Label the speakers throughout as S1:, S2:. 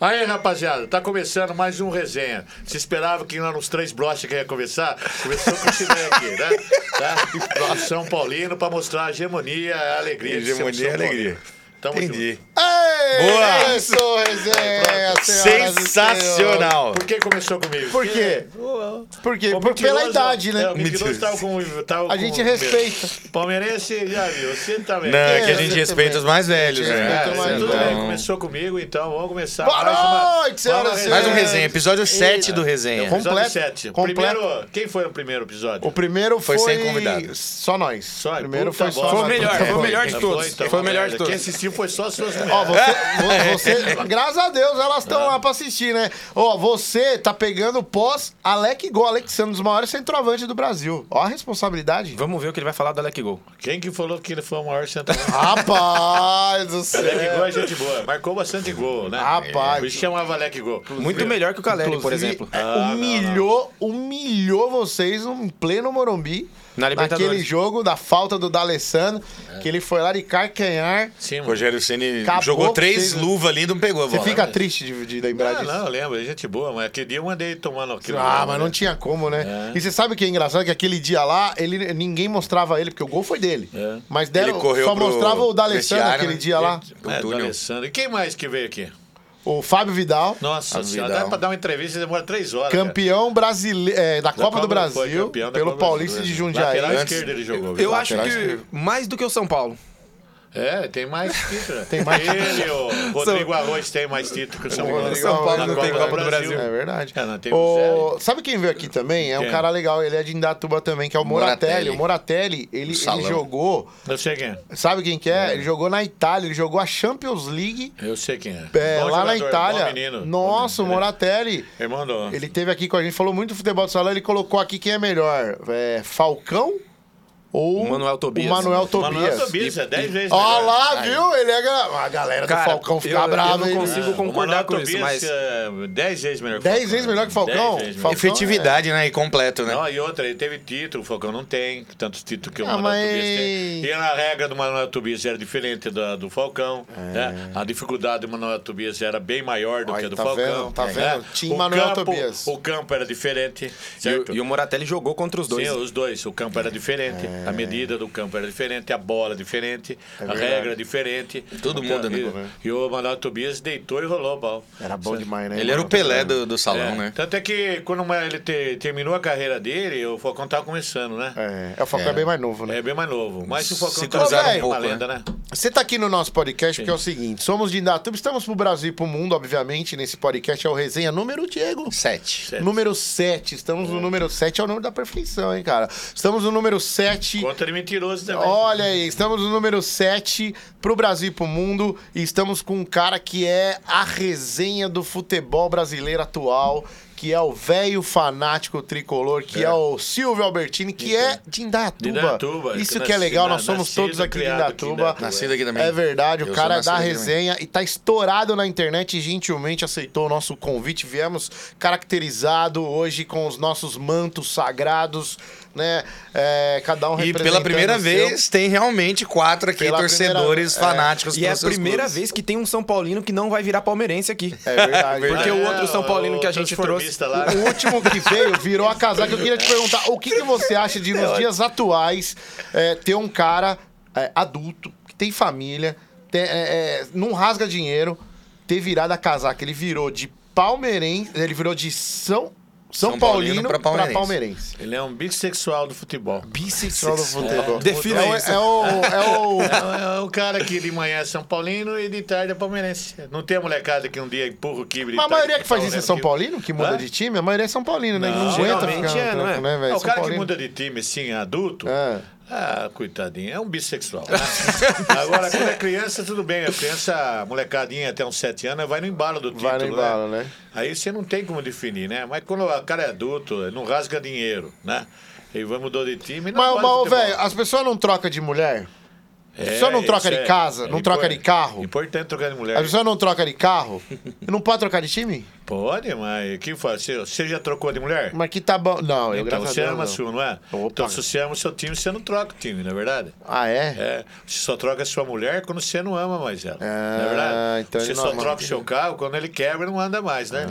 S1: Aí, rapaziada, tá começando mais um resenha. Se esperava que lá nos três broches que ia começar, começou com esse velho aqui, né? Tá? São Paulino pra mostrar a hegemonia, a alegria. de ser um
S2: Hegemonia e
S1: São Paulino.
S2: alegria.
S1: Tamo
S2: Entendi.
S3: Ei,
S2: Boa.
S3: É Isso, resenha, senhoras e
S2: Sensacional.
S1: junto. Por que começou comigo?
S3: senhores. Por quê? Por quê?
S1: O
S3: Por- pela
S1: mentiroso-
S3: idade, né?
S1: É, o mentiroso
S2: Mentira.
S1: tava com, tava
S3: A gente
S1: com-
S3: respeita.
S1: Palmeirense, já viu, você também.
S2: Não, é que a
S3: É,
S2: gente
S3: você
S2: respeita
S3: também.
S2: os mais velhos,
S3: A gente
S2: né?
S1: É,
S3: respeita mais
S1: tudo
S3: velhos.
S1: bem, começou comigo, então vamos começar.
S3: Boa
S1: mais uma-
S3: noite, senhoras
S1: mais
S3: e
S2: Mais
S4: É.
S2: um
S3: senhores.
S2: resenha, episódio 7 do resenha.
S3: Vamos-
S1: Episódio
S3: Completo,
S1: 7.
S3: completo.
S1: Primeiro, quem foi o primeiro episódio?
S3: O primeiro
S2: Foi
S3: foi...
S2: sem convidados.
S3: Só nós.
S1: Só,
S3: primeiro
S1: puta
S3: foi
S1: bola.
S3: só
S4: Foi o
S3: nós.
S4: melhor,
S3: Puta
S4: foi o
S3: bola.
S4: melhor de todos.
S1: então,
S4: Foi o melhor de
S1: merda. Quem
S4: todos.
S1: assistiu foi só as suas
S3: Ó,
S1: mulheres.
S3: você,
S2: É.
S3: vo- você- Graças a Deus, elas estão lá pra assistir, né? Ó, você tá pegando pós Alec Gol, Alexandre, um dos maiores centroavantes do Brasil. Ó a responsabilidade.
S4: Vamos ver o que ele vai falar do Alec Gol.
S1: Quem que falou que ele foi o maior central?
S3: Rapaz do
S1: Leque
S3: céu.
S1: Gol é gente boa. Marcou bastante gol, né?
S3: Rapaz.
S1: Por isso chamava Leque Gol.
S4: Muito melhor que o Caleri, por
S3: Inclusive,
S4: exemplo.
S3: é, humilhou, humilhou vocês em pleno Morumbi.
S4: Na Libertadores.
S3: Naquele jogo da falta do D'Alessandro, que ele foi lá de carcanhar.
S1: Sim, mano.
S2: Rogério Ceni
S3: Acabou
S2: jogou três
S3: vocês, né?
S2: luvas ali e não pegou a
S3: Você
S2: bola.
S3: fica triste de, de lembrar
S1: Ah,
S3: disso.
S1: não, eu lembro, é gente boa, mas aquele dia eu mandei tomando aquilo.
S3: Ah, mas não tinha como, né? E você sabe o que é engraçado? Que aquele dia lá, ele, ninguém mostrava ele, porque o gol foi dele.
S1: É.
S3: Mas
S2: Ele
S3: deram,
S2: correu
S3: só
S2: pro
S3: mostrava o D'Alessandro
S2: vestiário,
S3: aquele
S2: né?
S3: dia lá.
S2: O
S1: É, do
S2: túnel.
S1: Alessandro. E quem mais que veio aqui?
S3: O Fábio Vidal,
S1: Nossa
S2: Ah,
S1: senhora,
S2: Vidal.
S1: dá pra dar uma entrevista demora três horas. cara.
S3: campeão brasileiro da, Copa
S1: foi
S3: do Brasil,
S1: campeão da
S3: pelo
S1: Copa do
S3: Paulista
S1: Brasil.
S3: de Jundiaí.
S1: Lateral
S2: Antes-
S1: esquerdo ele jogou. viu?
S4: Eu acho
S2: lateral
S4: que mais do que o São Paulo.
S1: É, tem mais título.
S3: Tem mais
S1: Ele, o Rodrigo Arroz tem mais título que o São Paulo.
S3: São Paulo
S1: Na
S3: não tem Copa do
S4: Brasil.
S3: É verdade.
S1: É, não, tem o
S3: o... Sabe quem veio aqui também? É um
S1: Quem?
S3: cara legal, ele é de Indatuba também, que é o
S2: Moratelli.
S3: Moratelli. O Moratelli, ele,
S2: salão.
S3: ele jogou,
S1: Eu sei quem é.
S3: sabe quem que é? Ele jogou na Itália, ele jogou a Champions League
S1: Eu sei quem é.
S3: é,
S1: Bom
S3: lá na
S1: jogador,
S3: Itália.
S1: Bom menino. Bom
S3: Nossa, o
S1: menino.
S3: Moratelli,
S1: Ele mandou.
S3: ele é teve aqui com a gente, falou muito do futebol do salão, ele colocou aqui quem é melhor, é, Falcão ou
S4: O Manuel Tobias.
S3: O Manuel Tobias.
S1: Manuel Tobias, é 10 vezes.
S3: Ó
S1: melhor.
S3: lá, viu? Ele é... gra- A galera do Falcão fica
S4: eu,
S3: brava, né?
S4: eu não
S3: hein?
S4: consigo
S1: É, O Manuel
S4: concordar com isso,
S1: Tobias,
S4: mas...
S1: é, 10 vezes melhor. que o
S3: 10
S1: Falcão.
S3: vezes melhor que o Falcão?
S1: 10 vezes melhor.
S3: Falcão
S2: Efetividade, né? E completo, né?
S1: Não, e outra, ele teve título, o Falcão não tem, tantos títulos que o
S3: Ah,
S1: Manuel
S3: mas-
S1: Tobias tem. E na regra do Manuel Tobias era diferente da do Falcão, né? A dificuldade do Manuel Tobias era bem maior do
S3: É. Olha,
S1: que a do
S3: tá
S1: Falcão.
S3: vendo? Tá
S1: né?
S3: vendo? Tinha Manuel
S1: campo,
S3: Tobias.
S1: O campo era diferente,
S4: E
S1: certo?
S4: o, e
S2: um,
S4: o Moratelli jogou contra os dois.
S1: Sim, os dois. O campo era diferente,
S3: É.
S1: a medida do campo era diferente, a bola diferente, a
S3: verdade.
S1: regra diferente.
S2: Todo mundo, né,
S1: e,
S2: governo?
S1: e o Manuel Tobias deitou e rolou o pau.
S3: Era bom demais, né?
S2: Ele era o Pelé do, do salão,
S1: É,
S2: né?
S1: Tanto é que quando ele te- terminou a carreira dele, o Falcão tava começando, né?
S3: É, é, o Falcão é. bem mais novo, né?
S1: É bem mais novo. Mas o Falcão
S2: Se
S1: tá
S2: cruzaram
S1: sendo
S2: um pouco,
S1: uma lenda, né?
S3: Você tá aqui no nosso podcast porque é o seguinte, somos de Indatuba, estamos pro Brasil e pro mundo, obviamente, nesse podcast é o Resenha Número Diego.
S2: Sete.
S3: Número 7, estamos no número 7, é o número da perfeição, hein, cara? Estamos no número 7.
S1: Contra de mentiroso também.
S3: Olha aí, estamos no número 7 pro Brasil e pro mundo e estamos com um cara que é a resenha do futebol brasileiro atual, que é o velho fanático tricolor, que é, o Silvio Albertini, que é de Indatuba.
S1: Indaiatuba,
S3: Isso
S1: que
S3: que é
S1: nasci-
S3: legal,
S1: na-
S3: nós somos
S1: nascido,
S3: todos aqui de
S1: criado aqui né? em
S3: Indatuba.
S1: Indaiatuba.
S2: Nascido aqui também.
S3: É verdade, o
S2: Eu
S3: cara
S2: sou
S3: dá
S2: nascido aqui também.
S3: resenha e tá estourado na internet e gentilmente aceitou o nosso convite. Viemos caracterizado hoje com os nossos mantos sagrados, né? É, cada
S4: Então,
S3: um
S2: E
S3: representando
S2: pela primeira
S3: o seu.
S2: vez tem realmente quatro aqui
S3: Pela
S2: torcedores
S3: primeira- é.
S2: fanáticos.
S4: E
S2: pelos
S4: é a
S2: seus
S4: primeira
S2: clubes.
S4: vez que tem um São Paulino que não vai virar palmeirense aqui.
S3: É né? verdade.
S4: Porque
S3: verdade.
S4: o outro São Paulino que a gente trouxe-
S1: transformista Lá,
S3: O último que veio virou a casaca. Eu queria te perguntar, o que, que você acha de, nos dias atuais, é, ter um cara é, adulto, que tem família, tem- é, é, não rasga dinheiro, ter virado a casaca? Ele virou de palmeirense, ele virou de São, São,
S2: São Paulino
S3: Paulino
S2: pra
S3: pra
S2: palmeirense.
S3: palmeirense.
S1: ele é um bissexual do futebol.
S3: Bissexual do futebol.
S4: Defina
S3: é, o-
S4: isso.
S3: É o... É o
S1: É, é o cara que de manhã é São Paulino e de tarde é palmeirense. Não tem a molecada que um dia empurra o Kibre.
S3: mas a maioria que faz isso é São Paulino, que muda de time? A maioria é São Paulino, né? Não,
S1: né? Não,
S3: não aguenta
S4: geralmente
S3: ficar no
S4: é, não é?
S3: campo, né, velho?
S1: o
S3: São
S1: cara que
S3: Paulino.
S1: muda de time, assim, adulto.
S3: É.
S1: Ah, coitadinho, é um bissexual. né? Agora, quando é criança, tudo bem. A criança, molecadinha até uns 7 anos, vai no embalo do título.
S3: Vai no embalo, né?
S1: Aí você não tem como definir, né? Mas quando o cara é adulto, não rasga dinheiro, né? E vai mudou de time. não
S3: Mas,
S1: pode
S3: mas, ô,
S1: futebol.
S3: velho, as pessoas não trocam de mulher? As
S1: É,
S3: pessoas não trocam
S1: isso
S3: de
S1: é-
S3: casa,
S1: é
S3: não trocam
S1: impor-
S3: de carro?
S1: Importante trocar de mulher.
S3: As pessoas não trocam de carro? não pode trocar de time?
S1: Pode, mas que faz? Você, você já trocou de mulher?
S3: Mas que tá bom. Não, eu
S1: então
S3: graças a
S1: você
S3: Deus,
S1: ama a
S3: não.
S1: sua, não é?
S3: Opa.
S1: Então se você ama o seu time, você não troca o time, não é verdade?
S3: Ah, é?
S1: É, você só troca a sua mulher quando você não ama mais ela.
S3: Ah,
S1: não é verdade?
S3: então
S1: você
S3: ele
S1: só
S3: não ama.
S1: troca o seu carro quando ele quebra e não anda mais, né?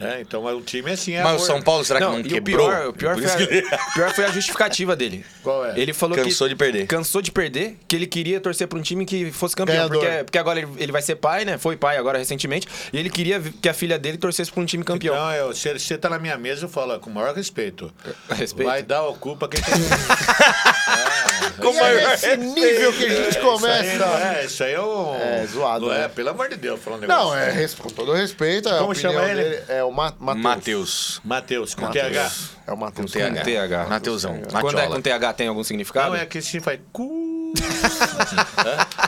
S1: É, então mas o time é assim, é
S2: Mas o
S1: amor.
S2: São Paulo, será que não,
S4: Não, e o
S2: quebrou?
S4: pior, o pior,
S2: Por
S4: foi
S2: isso
S4: a,
S2: que ele-
S4: o pior foi a justificativa dele.
S1: Qual é?
S4: Ele falou
S2: Cansou
S4: que
S2: de perder.
S4: Cansou de perder, que ele queria torcer pra um time que fosse campeão.
S3: Ganhador.
S4: Porque, porque agora ele, ele vai ser pai, né? Foi pai agora recentemente. E ele queria vi- que a filha dele torcesse pra um time
S2: é
S4: campeão.
S1: Não, eu, se você tá na minha mesa, eu falo com o maior respeito.
S4: Respeito.
S1: Vai dar o culpa quem tá tem.
S3: Como é esse nível que a gente
S1: Isso aí, não
S3: começa?
S1: é, isso aí é um.
S3: É, zoado,
S1: Não é,
S3: né?
S1: pelo amor de Deus, falando
S3: Não, é, res- com todo respeito, a
S1: Como
S3: opinião
S1: chama ele?
S3: dele é o Ma Matheus.
S2: Matheus.
S1: Matheus, com TH.
S3: É o Matheus.
S2: TH.
S4: Com TH.
S2: Mateusão.
S4: Quando é
S2: Matiola.
S4: com TH tem algum significado?
S1: Não, é que assim faz cu.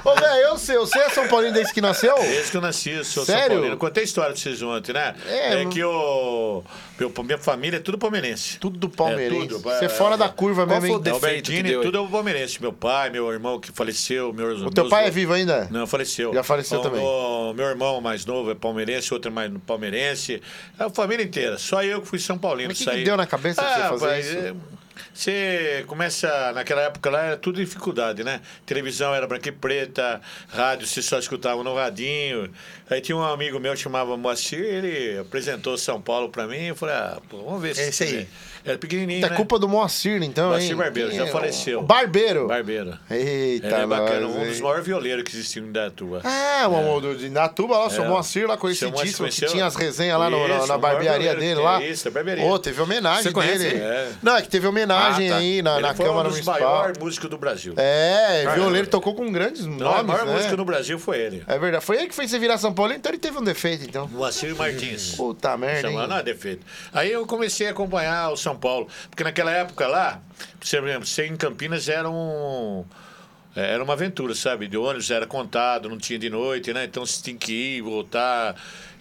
S3: Ô, velho, eu sei, você é São Paulino desde que nasceu?
S1: Desde que eu nasci, eu sou São
S3: Sério?
S1: Paulino. Contei a história pra vocês ontem, né?
S3: É,
S1: É, que o. Meu, minha família é tudo palmeirense.
S3: Tudo do Palmeirense.
S1: É, tudo.
S3: Você é
S1: É,
S3: fora
S1: é.
S3: da curva
S4: Qual
S3: mesmo,
S4: foi o
S3: hein?
S4: defeito que
S1: Albertini,
S4: deu aí?
S1: tudo é palmeirense. Meu pai, meu irmão que faleceu, meu
S3: O teu pai é vivo ainda?
S1: Não, faleceu. Então,
S3: Já faleceu também.
S1: O meu irmão mais novo é palmeirense, outro é mais palmeirense. É A família inteira. Só eu que fui São Paulino.
S3: Mas o que
S1: saí.
S3: que deu na cabeça pra você fazer
S1: rapaz,
S3: isso?
S1: é, Você começa, naquela época lá era tudo dificuldade, né? Televisão era branca e preta, rádio você só escutava no radinho. Aí tinha um amigo meu que chamava Moacir, ele apresentou São Paulo pra mim. Eu falei, ah, pô, vamos ver se.
S2: É esse aí.
S1: Era pequenininho.
S3: É
S1: né?
S3: culpa do Moacir, então,
S1: Moacir
S3: hein?
S1: Barbeiro,
S3: Quem
S1: já
S3: é o-
S1: faleceu.
S3: o Barbeiro.
S1: Barbeiro.
S3: Eita,
S1: Ele é bacana,
S3: nós,
S1: um dos
S3: hein?
S1: maiores violeiros que existiu em Datuba.
S3: É, o amor do de Natuba lá, o seu
S1: É.
S3: Moacir lá,
S1: Seu
S3: conhecidíssimo,
S1: Moacir
S3: que tinha as resenhas lá no-
S1: conheceu?
S3: na,
S1: Isso,
S3: na
S1: o
S3: barbearia
S1: barbeiro
S3: dele
S1: que
S3: lá.
S1: é isso, a barbearia.
S3: Ô, teve homenagem
S4: Você conhece
S3: dele.
S4: ele?
S1: É.
S3: Não, é que teve homenagem
S4: Ah, tá.
S3: aí na,
S1: Ele
S3: na
S1: foi
S3: Câmara
S1: um dos
S3: Municipal.
S1: maiores músicos do Brasil.
S3: É,
S1: Caramba.
S3: violeiro tocou com grandes
S1: Não, é a
S3: nomes,
S1: maior
S3: né?
S1: música no Brasil foi ele.
S3: É verdade. Foi ele que fez você virar São Paulo, então ele teve um defeito, então.
S1: Moacir Martins.
S3: Puta merda, hein?
S1: Chamava, não é defeito. Aí eu comecei a acompanhar o São Paulo. Porque naquela época lá, você lembra, você em Campinas era um. Era uma aventura, sabe? De ônibus era contado, não tinha de noite, né? Então você tinha que ir, voltar,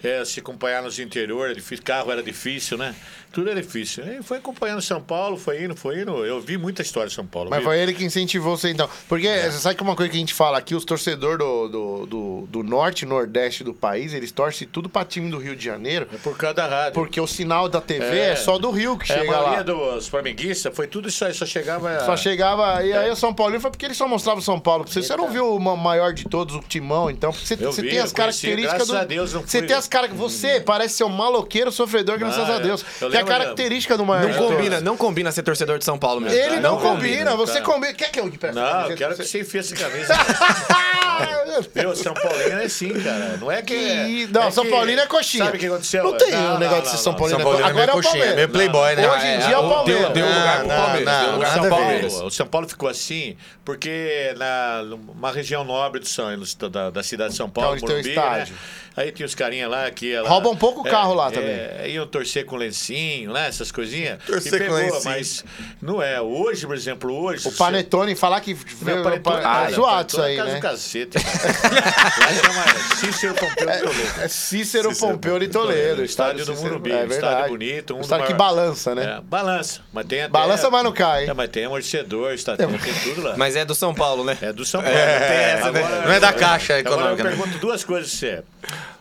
S1: é, se acompanhar nos interior, era difícil, carro era difícil, né? Tudo era difícil. Aí foi acompanhando São Paulo, foi indo, foi indo. Eu vi muita história de São Paulo.
S3: Mas
S1: vi-
S3: foi ele que incentivou você, então. Porque
S1: É.
S3: você sabe que uma coisa que a gente fala aqui, os torcedores do, do, do, do norte e nordeste do país, eles torcem tudo pra time do Rio de Janeiro,
S1: É por causa da rádio.
S3: porque o sinal da TV é,
S1: É.
S3: só do Rio que
S1: É, a
S3: chega
S1: maioria É.
S3: lá.
S1: dos flamenguistas foi tudo isso aí, só chegava.
S3: Só chegava. E aí o São Paulo foi porque ele só mostrava o São Paulo pra você. Você não viu o ma- maior de todos, o timão, então. Porque você,
S1: Eu
S3: você
S1: vi,
S3: tem as
S1: eu conheci,
S3: características
S1: graças
S3: do.
S1: a Deus não
S3: você
S1: fui.
S3: tem as características. Você parece ser um maloqueiro sofredor, graças
S1: Ah,
S3: a
S1: eu-
S3: Deus.
S1: eu
S3: que é a
S1: lembro
S3: característica do maior.
S4: Não
S3: de todos.
S4: combina, não combina ser torcedor de São Paulo mesmo.
S3: Ele não,
S1: Não
S3: combina,
S1: combina, tá.
S3: você combina. Quer que eu empreste a
S1: Não,
S3: camiseta
S1: eu quero
S3: pra
S1: que
S3: você?
S1: você enfie essa camisa. Meu, São Paulino é sim, cara. Não é que.
S3: Que- não, São Paulino é coxinha.
S1: Sabe o que aconteceu?
S3: Não tem um negócio de ser São Paulino.
S2: São Paulo
S3: Agora
S2: é
S3: é o
S2: meio coxinha, é
S3: Palmeiras.
S2: meio playboy, né?
S3: Hoje em dia é o Palmeiras.
S4: Ah, Deu um lugar pro
S2: Não, não,
S4: Palmeiras, deu um
S2: não,
S4: lugar
S2: nada
S4: pro
S2: a ver.
S4: Palmeiras.
S1: O São Paulo ficou assim porque na uma região nobre do São, da, da cidade de São Paulo,
S3: onde tem o
S1: Morumbi,
S3: estádio.
S1: né? Aí tinha os carinha lá que ia lá-
S3: Rouba um pouco o carro lá também.
S1: É, iam torcer com lencinho, né? Essas coisinhas.
S2: Torcer
S1: e
S2: com
S1: pegou,
S2: lencinho.
S1: mas não é. Hoje, por exemplo, hoje.
S3: O Panetone falar que
S1: Meu,
S3: veio
S1: panetone,
S3: ah,
S1: cara,
S3: zoado isso
S1: panetone é casa
S3: aí, né?
S1: do cacete. cara. Lá chama Cícero Pompeu Toledo.
S3: É Cícero Pompeu de Toledo.
S1: Estádio do
S3: Cícero-
S1: Morumbi,
S3: É
S1: estádio
S3: verdade.
S1: bonito. Um
S3: Um estádio
S1: do
S3: que
S1: maior-
S3: balança, né?
S1: É, balança, mas tem até...
S3: Balança, mas não cai, hein?
S1: É, mas tem amortecedor, estatina, tem tudo lá.
S4: Mas é do São Paulo, né?
S1: É do São Paulo. não tem essa, né?
S2: Não é da Caixa Econômica, né?
S1: Agora eu pergunto duas coisas pra você.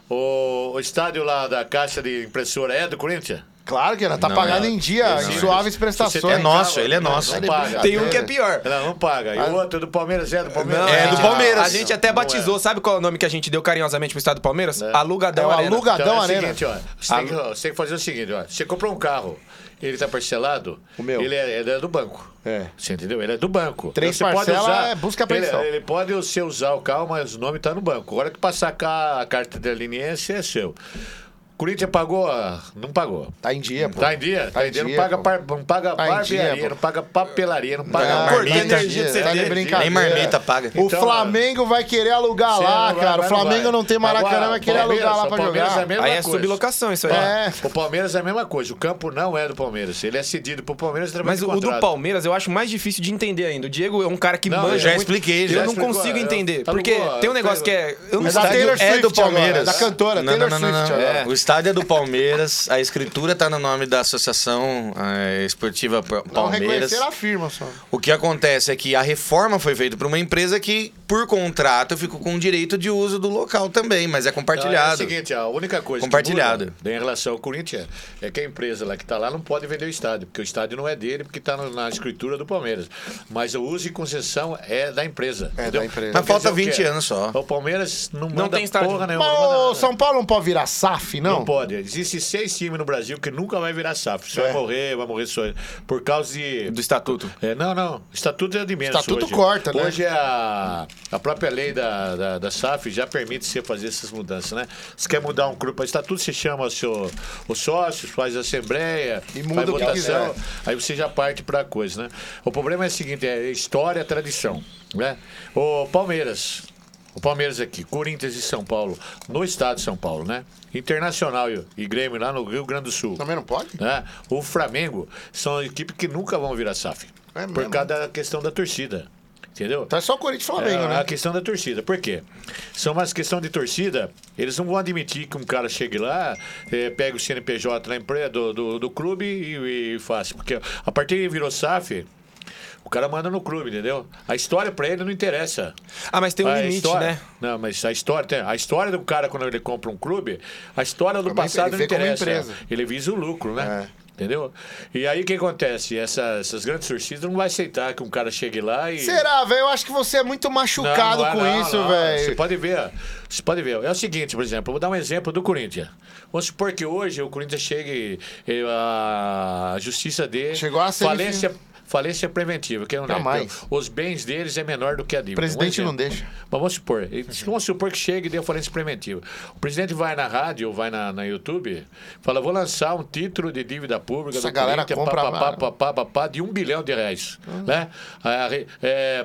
S1: O, o estádio lá da Caixa de Impressora é do Corinthians?
S3: Claro que ela tá
S2: Não,
S3: pagada
S2: é-
S3: em dia, em
S1: Se
S3: suaves
S1: você
S3: prestações.
S1: tem
S2: É nosso,
S1: carro,
S2: ele é
S1: não,
S2: nosso.
S1: Não paga.
S4: Tem um que é pior. Ah.
S1: Não, não paga. E o outro do Palmeiras é do Palmeiras?
S4: Não,
S2: É,
S4: a
S2: do
S4: gente-
S2: Palmeiras.
S4: A gente até
S1: Não
S4: batizou,
S1: é.
S4: sabe qual é o nome que a gente deu carinhosamente pro estado do Palmeiras? Alugadão
S3: É o
S4: Arena.
S3: Aluga- Gadão
S1: então, é o
S3: Arena.
S1: seguinte, ó, você, tem que, ó, você tem que fazer o seguinte, ó. Você comprou um carro, ele tá parcelado,
S3: O meu.
S1: Ele, é, ele é do banco.
S3: É.
S1: Você entendeu? Ele é do banco.
S3: Três
S1: você pode
S3: parcelas,
S1: usar,
S3: é busca
S1: ele,
S3: apreensão.
S1: ele pode você usar o carro, mas o nome tá no banco. A hora que passar cá a carta da leniência, é seu. Corinthians pagou? ah, Não pagou.
S3: Tá em dia, pô.
S1: Tá em dia? Tá, em dia. Não paga,
S3: pô.
S1: par, não paga
S3: Tá em
S1: barbearia,
S3: dia, pô.
S1: não paga papelaria, não é paga...
S2: paga
S1: nada.
S2: marmita.
S3: tá em
S4: energia
S3: dia,
S4: de
S3: tá de
S4: CD.
S3: brincadeira.
S2: Nem marmita paga.
S3: O
S1: Então,
S3: Flamengo vai querer alugar
S1: Você
S3: lá,
S1: não vai,
S3: cara.
S1: vai,
S3: o
S1: não
S3: Flamengo não, tem Maracanã,
S1: Agora,
S3: vai querer
S1: Palmeiras,
S3: alugar lá pra
S1: o Palmeiras
S3: jogar.
S1: É a mesma
S4: Aí é
S1: coisa.
S4: sublocação isso aí.
S3: É.
S1: O Palmeiras é a mesma coisa. O campo não é do Palmeiras. Ele é cedido pro Palmeiras através
S4: Mas
S1: de
S4: o, o do
S1: contrato.
S4: Palmeiras eu acho mais difícil de entender ainda. O Diego é um cara que
S1: Não,
S4: manja.
S1: eu já
S4: muito.
S2: expliquei,
S4: Eu
S2: já
S4: não
S1: explicou,
S4: consigo
S1: eu-
S4: entender.
S1: tá
S4: porque
S1: bom,
S4: tem
S1: eu-
S4: um negócio que é. Eu não
S3: É da
S4: sei-
S3: Taylor
S2: é
S3: Swift
S2: do
S3: agora,
S2: Palmeiras.
S3: é da cantora,
S2: não,
S3: Taylor
S2: não, não,
S3: Swift
S2: não, não.
S3: agora.
S2: O estádio é do Palmeiras, a escritura tá no nome da Associação eh, Esportiva Pa-
S3: Não
S2: Palmeiras.
S3: Então, reconhecer a firma só.
S2: O que acontece é que a reforma foi feita por uma empresa que, por contrato, ficou com o direito de uso do local também, mas é
S1: Então, É o
S2: compartilhado.
S1: seguinte, a única coisa
S2: Compartilhado.
S1: que muda em relação ao Corinthians é, é que a empresa lá que está lá não pode vender o estádio, porque o estádio não é dele, porque está na escritura do Palmeiras. Mas o uso e concessão é da empresa.
S3: É
S1: entendeu? Então,
S3: da empresa.
S2: Mas
S1: Quer
S2: falta
S1: dizer o quê?
S2: 20 anos só.
S1: O Palmeiras não, manda
S4: tem estádio.
S1: porra nenhuma.
S3: Mas
S1: não manda
S3: o
S1: nada.
S3: São Paulo não pode virar SAF, não?
S1: Não pode. Existem seis times no Brasil que nunca vai virar SAF. Só
S3: É.
S1: vai morrer, vai morrer só. Por causa de.
S4: Do estatuto.
S1: É, não, não. Estatuto é de menos.
S3: Estatuto
S1: hoje.
S3: corta, né?
S1: Hoje a, a própria lei da, da, da SAF já permite você fazer essas mudanças, né? Você quer mudar um grupo para estatuto, você chama o seu, os sócios, faz assembleia,
S3: E muda
S1: faz
S3: o que
S1: votação.
S3: quiser.
S1: Aí você já parte para a coisa, né? O problema é o seguinte: é história, tradição, né? O Palmeiras. O Palmeiras aqui, Corinthians e São Paulo, no estado de São Paulo, né? Internacional e e Grêmio lá no Rio Grande do Sul
S3: Também não pode?
S1: né? O Flamengo são equipes que nunca vão virar SAF.
S3: É
S1: por
S3: mesmo?
S1: causa da questão da torcida. Entendeu?
S3: Tá só Corinthians e Flamengo,
S1: É,
S3: né?
S1: A questão da torcida. Por quê? São umas questão de torcida, eles não vão admitir que um cara chegue lá, eh, pega o CNPJ na empresa do, do, do clube e, e faça. Porque a partir que virou SAF, o cara manda no clube, entendeu? A história pra ele não interessa.
S4: Ah, mas tem um
S1: A
S4: limite,
S1: É, história-
S4: né?
S1: Não, mas a história tem. A história do cara quando ele compra um clube, a história do
S3: Também
S1: passado
S3: ele
S1: não
S3: vê como
S1: interessa.
S3: empresa. É.
S1: Ele visa o lucro, né? Entendeu? E aí o que acontece? Essa- essas grandes torcidas não vai aceitar que um cara chegue lá e.
S3: Será, velho? Eu acho que você é muito
S1: Não,
S3: machucado
S1: não é,
S3: com
S1: não,
S3: isso,
S1: não. Você
S3: velho.
S1: pode ver. Você pode ver. É o seguinte, por exemplo, eu vou dar um exemplo do Corinthians. Vamos supor que hoje o Corinthians chegue eh, a justiça dele.
S3: Chegou a semifinal.
S1: falência, falência preventiva. Que é um
S3: Não
S1: né?
S3: mais.
S1: Os bens deles é menor do que a dívida.
S3: Presidente
S1: Um
S3: não
S1: exemplo.
S3: deixa.
S1: Mas vamos supor, eles- vamos supor que chegue e dê a falência preventiva. O presidente vai na rádio ou vai na, na YouTube, fala, vou lançar um título de dívida pública
S3: Essa
S1: do
S3: galera
S1: Corinthians,
S3: compra
S1: pá, pá,
S3: lá,
S1: pá, pá, pá, pá, de um bilhão de reais,
S3: Hum.
S1: né?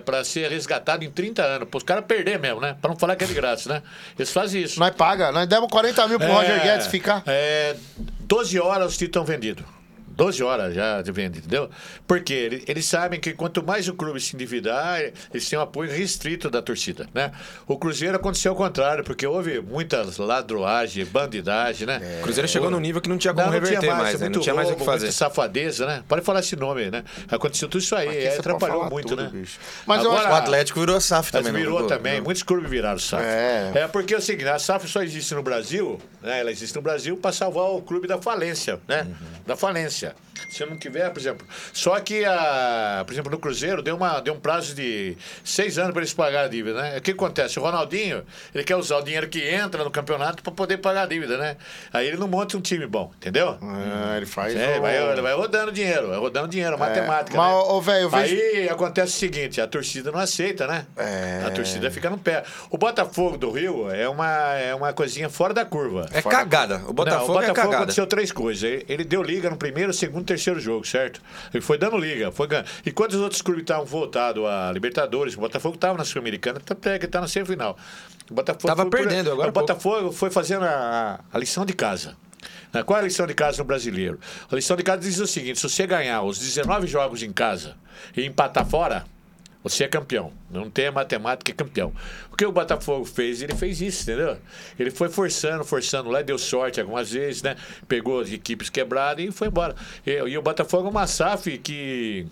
S1: para ser resgatado em 30 anos, para os caras perder mesmo, né? Para não falar que é de graça, né? Eles fazem isso.
S3: Nós paga, nós demos 40 mil pro Roger Guedes ficar.
S1: É, 12 horas os títulos estão vendidos. 12 horas já de venda, entendeu? Porque ele- eles sabem que quanto mais o clube se endividar, eles têm um apoio restrito da torcida, né? O Cruzeiro aconteceu ao contrário, porque houve muita ladroagem, bandidagem, né?
S3: É.
S4: O Cruzeiro chegou num nível que não tinha como reverter mais, né?
S1: é muito
S4: Não tinha mais o
S1: roubo,
S4: que fazer.
S1: muita safadeza, né? Pode falar esse nome, né? Aconteceu tudo isso aí,
S3: Aqui
S1: aí
S3: você pode
S1: atrapalhou
S3: falar
S1: muito,
S3: tudo,
S1: né?
S3: bicho. Mas eu
S1: Agora,
S3: acho-
S2: O Atlético virou
S1: mas
S2: SAF também. não né?
S1: virou
S2: ficou?
S1: também. Muitos clubes viraram SAF.
S3: É.
S1: porque é o seguinte, a SAF só existe no Brasil, né? Ela existe no Brasil para salvar o clube da falência, né? Da falência. Se não tiver, por exemplo. Só que, a, por exemplo, no Cruzeiro deu, uma, deu um prazo de seis anos para eles pagar a dívida, né? O que acontece? O Ronaldinho, ele quer usar o dinheiro que entra no campeonato para poder pagar a dívida, né? Aí ele não monta um time bom, entendeu?
S3: Ah, ele faz.
S1: É,
S3: o-
S1: vai, vai rodando dinheiro, vai rodando dinheiro, matemática.
S3: É. Mas,
S1: né?
S3: ô, velho, eu vejo-
S1: Aí acontece o seguinte: a torcida não aceita, né?
S3: É.
S1: A torcida fica no pé. O Botafogo do Rio é uma, é uma coisinha fora da curva.
S4: É cagada. O
S1: Não,
S4: Botafogo,
S1: o Botafogo
S4: é cagada.
S1: aconteceu três coisas. Ele- Ele deu liga no primeiro, segundo, terceiro jogo, certo? Ele foi dando liga. Foi ganhando. E quando os outros clubes estavam voltados a Libertadores, o Botafogo estava na Sul-Americana, até que está na semifinal. O Botafogo
S4: Tava
S1: foi por-
S4: perdendo agora há
S1: O Botafogo foi fazendo a, a lição de casa. Né? Qual é a lição de casa no brasileiro? A lição de casa diz o seguinte: se você ganhar os 19 jogos em casa e empatar fora, você é campeão. Não tem a matemática, é campeão. O que o Botafogo fez? Ele fez isso, entendeu? Ele foi forçando, forçando lá, deu sorte algumas vezes, né? Pegou as equipes quebradas e foi embora. E, e o Botafogo é uma SAF que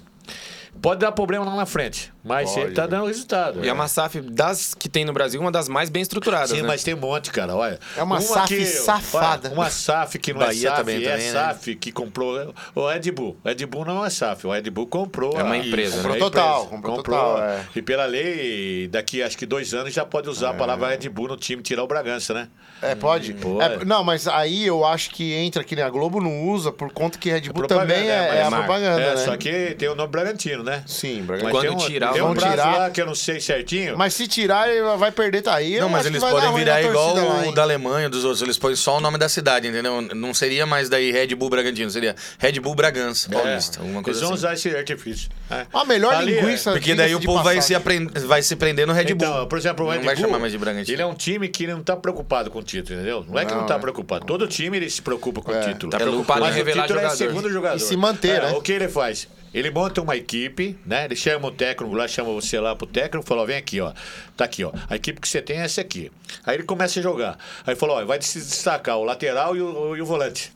S1: pode dar problema lá na frente, mas
S3: Pode,
S1: ele tá dando resultado.
S4: E é uma SAF das que tem no Brasil, uma das mais bem estruturadas.
S1: Sim,
S4: né?
S1: mas tem um monte, cara. Olha.
S3: É uma SAF safada.
S1: olha, uma SAF que não
S2: Bahia
S1: é SAF,
S2: também,
S1: é
S2: também, né?
S1: SAF que comprou o Ed Bull. O Ed Bull não é uma SAF, o Ed Bull comprou.
S4: É uma
S1: a-
S4: empresa,
S1: comprou
S3: né?
S1: a
S3: Total,
S1: empresa.
S3: comprou total, é.
S1: E pela lei, daqui acho que dois anos já pode usar a palavra Ed Bull no time, tirar o Bragança, né?
S3: É, pode?
S1: Pô,
S3: É,
S1: é.
S3: não, mas aí eu acho que entra aqui, né? A Globo não usa por conta que Red Bull
S1: Propaganda,
S3: também é,
S1: mas-
S3: é a
S1: mas-
S3: propaganda,
S1: é,
S3: né?
S1: Só que tem o nome Bragantino, né?
S3: Sim,
S1: Mas
S3: Bragantino.
S4: Quando
S1: tem um,
S4: tirar,
S1: tem um
S3: vão
S1: prazo
S3: tirar.
S1: lá que eu não sei certinho.
S3: Mas se tirar, ele vai perder, tá aí. eu
S2: Não, mas
S3: acho que
S2: eles
S3: vai dar
S2: podem
S3: ruim
S2: virar
S3: na
S2: igual
S3: torcida lá,
S2: o
S3: hein?
S2: da Alemanha, dos outros. Eles põem só o nome da cidade, entendeu? Não seria mais daí Red Bull Bragantino, seria Red Bull Bragança, Paulista, alguma
S1: É. Eles
S2: coisa
S1: vão
S2: assim.
S1: usar esse artifício. né?
S3: A melhor
S1: Ali,
S3: linguiça.
S2: Porque daí
S3: diga-se
S2: o
S3: de
S2: povo vai se,
S3: passagem.
S2: aprend... vai se prender no Red Bull.
S1: Então, por exemplo, o
S2: Não
S1: Red
S2: vai
S1: Bull,
S2: chamar mais de Bragantino.
S1: Ele é um time que não está preocupado com o título, entendeu? Não é que não está preocupado. Todo time ele se precupa com o título.
S4: Tá preocupado em
S1: Mas o
S4: revelar
S1: título é
S4: jogador.
S1: segundo jogador.
S3: E se manter,
S1: É,
S3: né?
S1: O que ele faz? Ele monta uma equipe, né? Ele chama o técnico lá, chama você lá pro técnico, falou: ó, vem aqui, ó. Tá aqui, ó. A equipe que você tem é essa aqui. Aí ele começa a jogar. Aí falou: ó, vai se destacar o lateral e o, e o volante.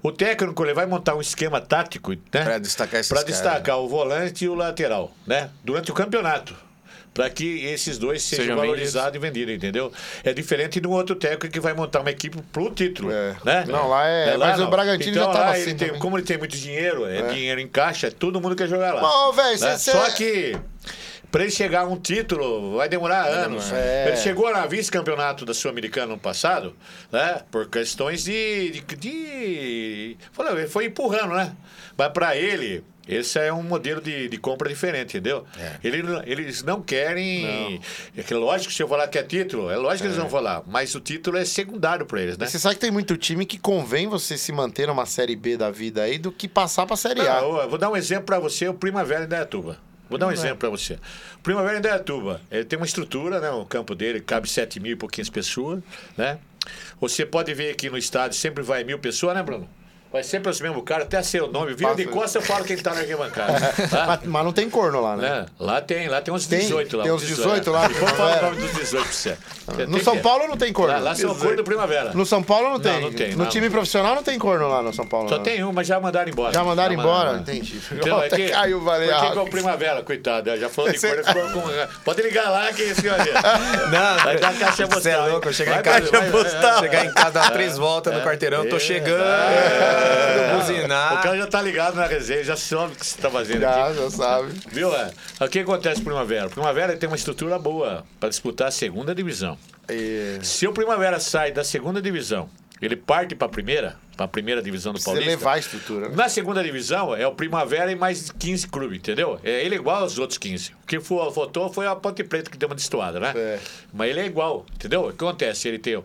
S1: O técnico ele vai montar um esquema tático, né?
S2: Pra destacar esses
S1: Pra
S2: caras.
S1: destacar o volante e o lateral, né? Durante o campeonato. Para que esses dois sejam,
S4: Sejam
S1: valorizados e vendidos, entendeu? É diferente de um outro técnico que vai montar uma equipe pro título.
S3: É.
S1: Né?
S3: Não, lá é- mas o Bragantino
S1: então,
S3: já tava
S1: lá
S3: assim
S1: ele tem-
S3: também.
S1: como ele tem muito dinheiro, é, dinheiro em caixa, todo mundo quer jogar lá.
S3: Mas, ô, velho,
S1: né?
S3: cê- cê-
S1: Só que. Pra ele chegar a um título, vai demorar anos.
S3: é.
S1: Ele chegou na vice-campeonato da Sul-Americana no passado, né? Por questões de. de, de- Falei, ele foi empurrando, né? Mas pra ele, esse é um modelo de, de compra diferente, entendeu? Ele não- eles não querem. É que lógico, se eu falar que é título, é lógico que eles vão falar. Mas o título é secundário pra eles, né?
S3: Você sabe que tem muito time que convém você se manter numa Série B da vida aí do que passar pra Série A.
S1: Não, eu vou dar um exemplo pra você, o Primavera em Indaiatuba. Vou dar
S3: é.
S1: um exemplo pra você. O Primavera em Indaiatuba, ele tem uma estrutura, né? O campo dele cabe 7 mil e pouquinhas pessoas, né? Você pode ver aqui no estádio, sempre vai mil pessoas, né, Bruno? Vai sempre os mesmos caras, até seu nome. Vira de
S3: Passa.
S1: costas, eu falo quem tá na arquibancada. tá?
S3: Mas, mas não tem corno lá, né?
S1: Né? Lá tem, lá tem uns
S3: Tem-
S1: 18 lá.
S3: tem uns 18 lá,
S1: E vou falar o
S3: Primavera.
S1: nome dos 18 pra você.
S3: No São Paulo não tem corno.
S1: Lá, lá são cor do Primavera.
S3: No São Paulo não
S1: Não,
S3: tem.
S1: não tem,
S3: no
S1: não.
S3: time profissional não tem corno lá no São Paulo.
S1: Só
S3: não.
S1: tem um, mas já mandaram embora.
S3: Ah. Já mandaram embora? Entendi.
S1: Então, é
S3: Até
S1: que,
S3: caiu o Baleia.
S1: Por que que é o Primavera, coitado? Já falou de
S3: Você-
S1: cor, ficou com... Pode ligar lá que esse olha.
S4: Não,
S1: Vai dar caixa postal.
S4: Você é
S1: hein?
S4: louco, eu chegar
S1: Vai
S4: em casa.
S1: caixa postal.
S4: Chegar em casa, dar três voltas no quarteirão, tô chegando,
S1: O
S4: É. buzinar.
S1: cara já tá ligado na resenha, já sobe o que você tá fazendo aqui.
S3: Já, já sabe.
S1: Viu? é? O que acontece com o Primavera? O Primavera tem uma estrutura boa para disputar a segunda divisão.
S3: É,
S1: Se o Primavera sai da segunda divisão, ele parte para a primeira, para a primeira divisão do
S3: Precisa
S1: Paulista.
S3: levar a estrutura. né?
S1: Na segunda divisão é o Primavera e mais 15 clubes, entendeu? É, ele é igual aos outros 15. O que fo- faltou foi a Ponte Preta que deu uma destoada, né?
S3: É.
S1: Mas ele é igual, entendeu? O que acontece? Ele tem o,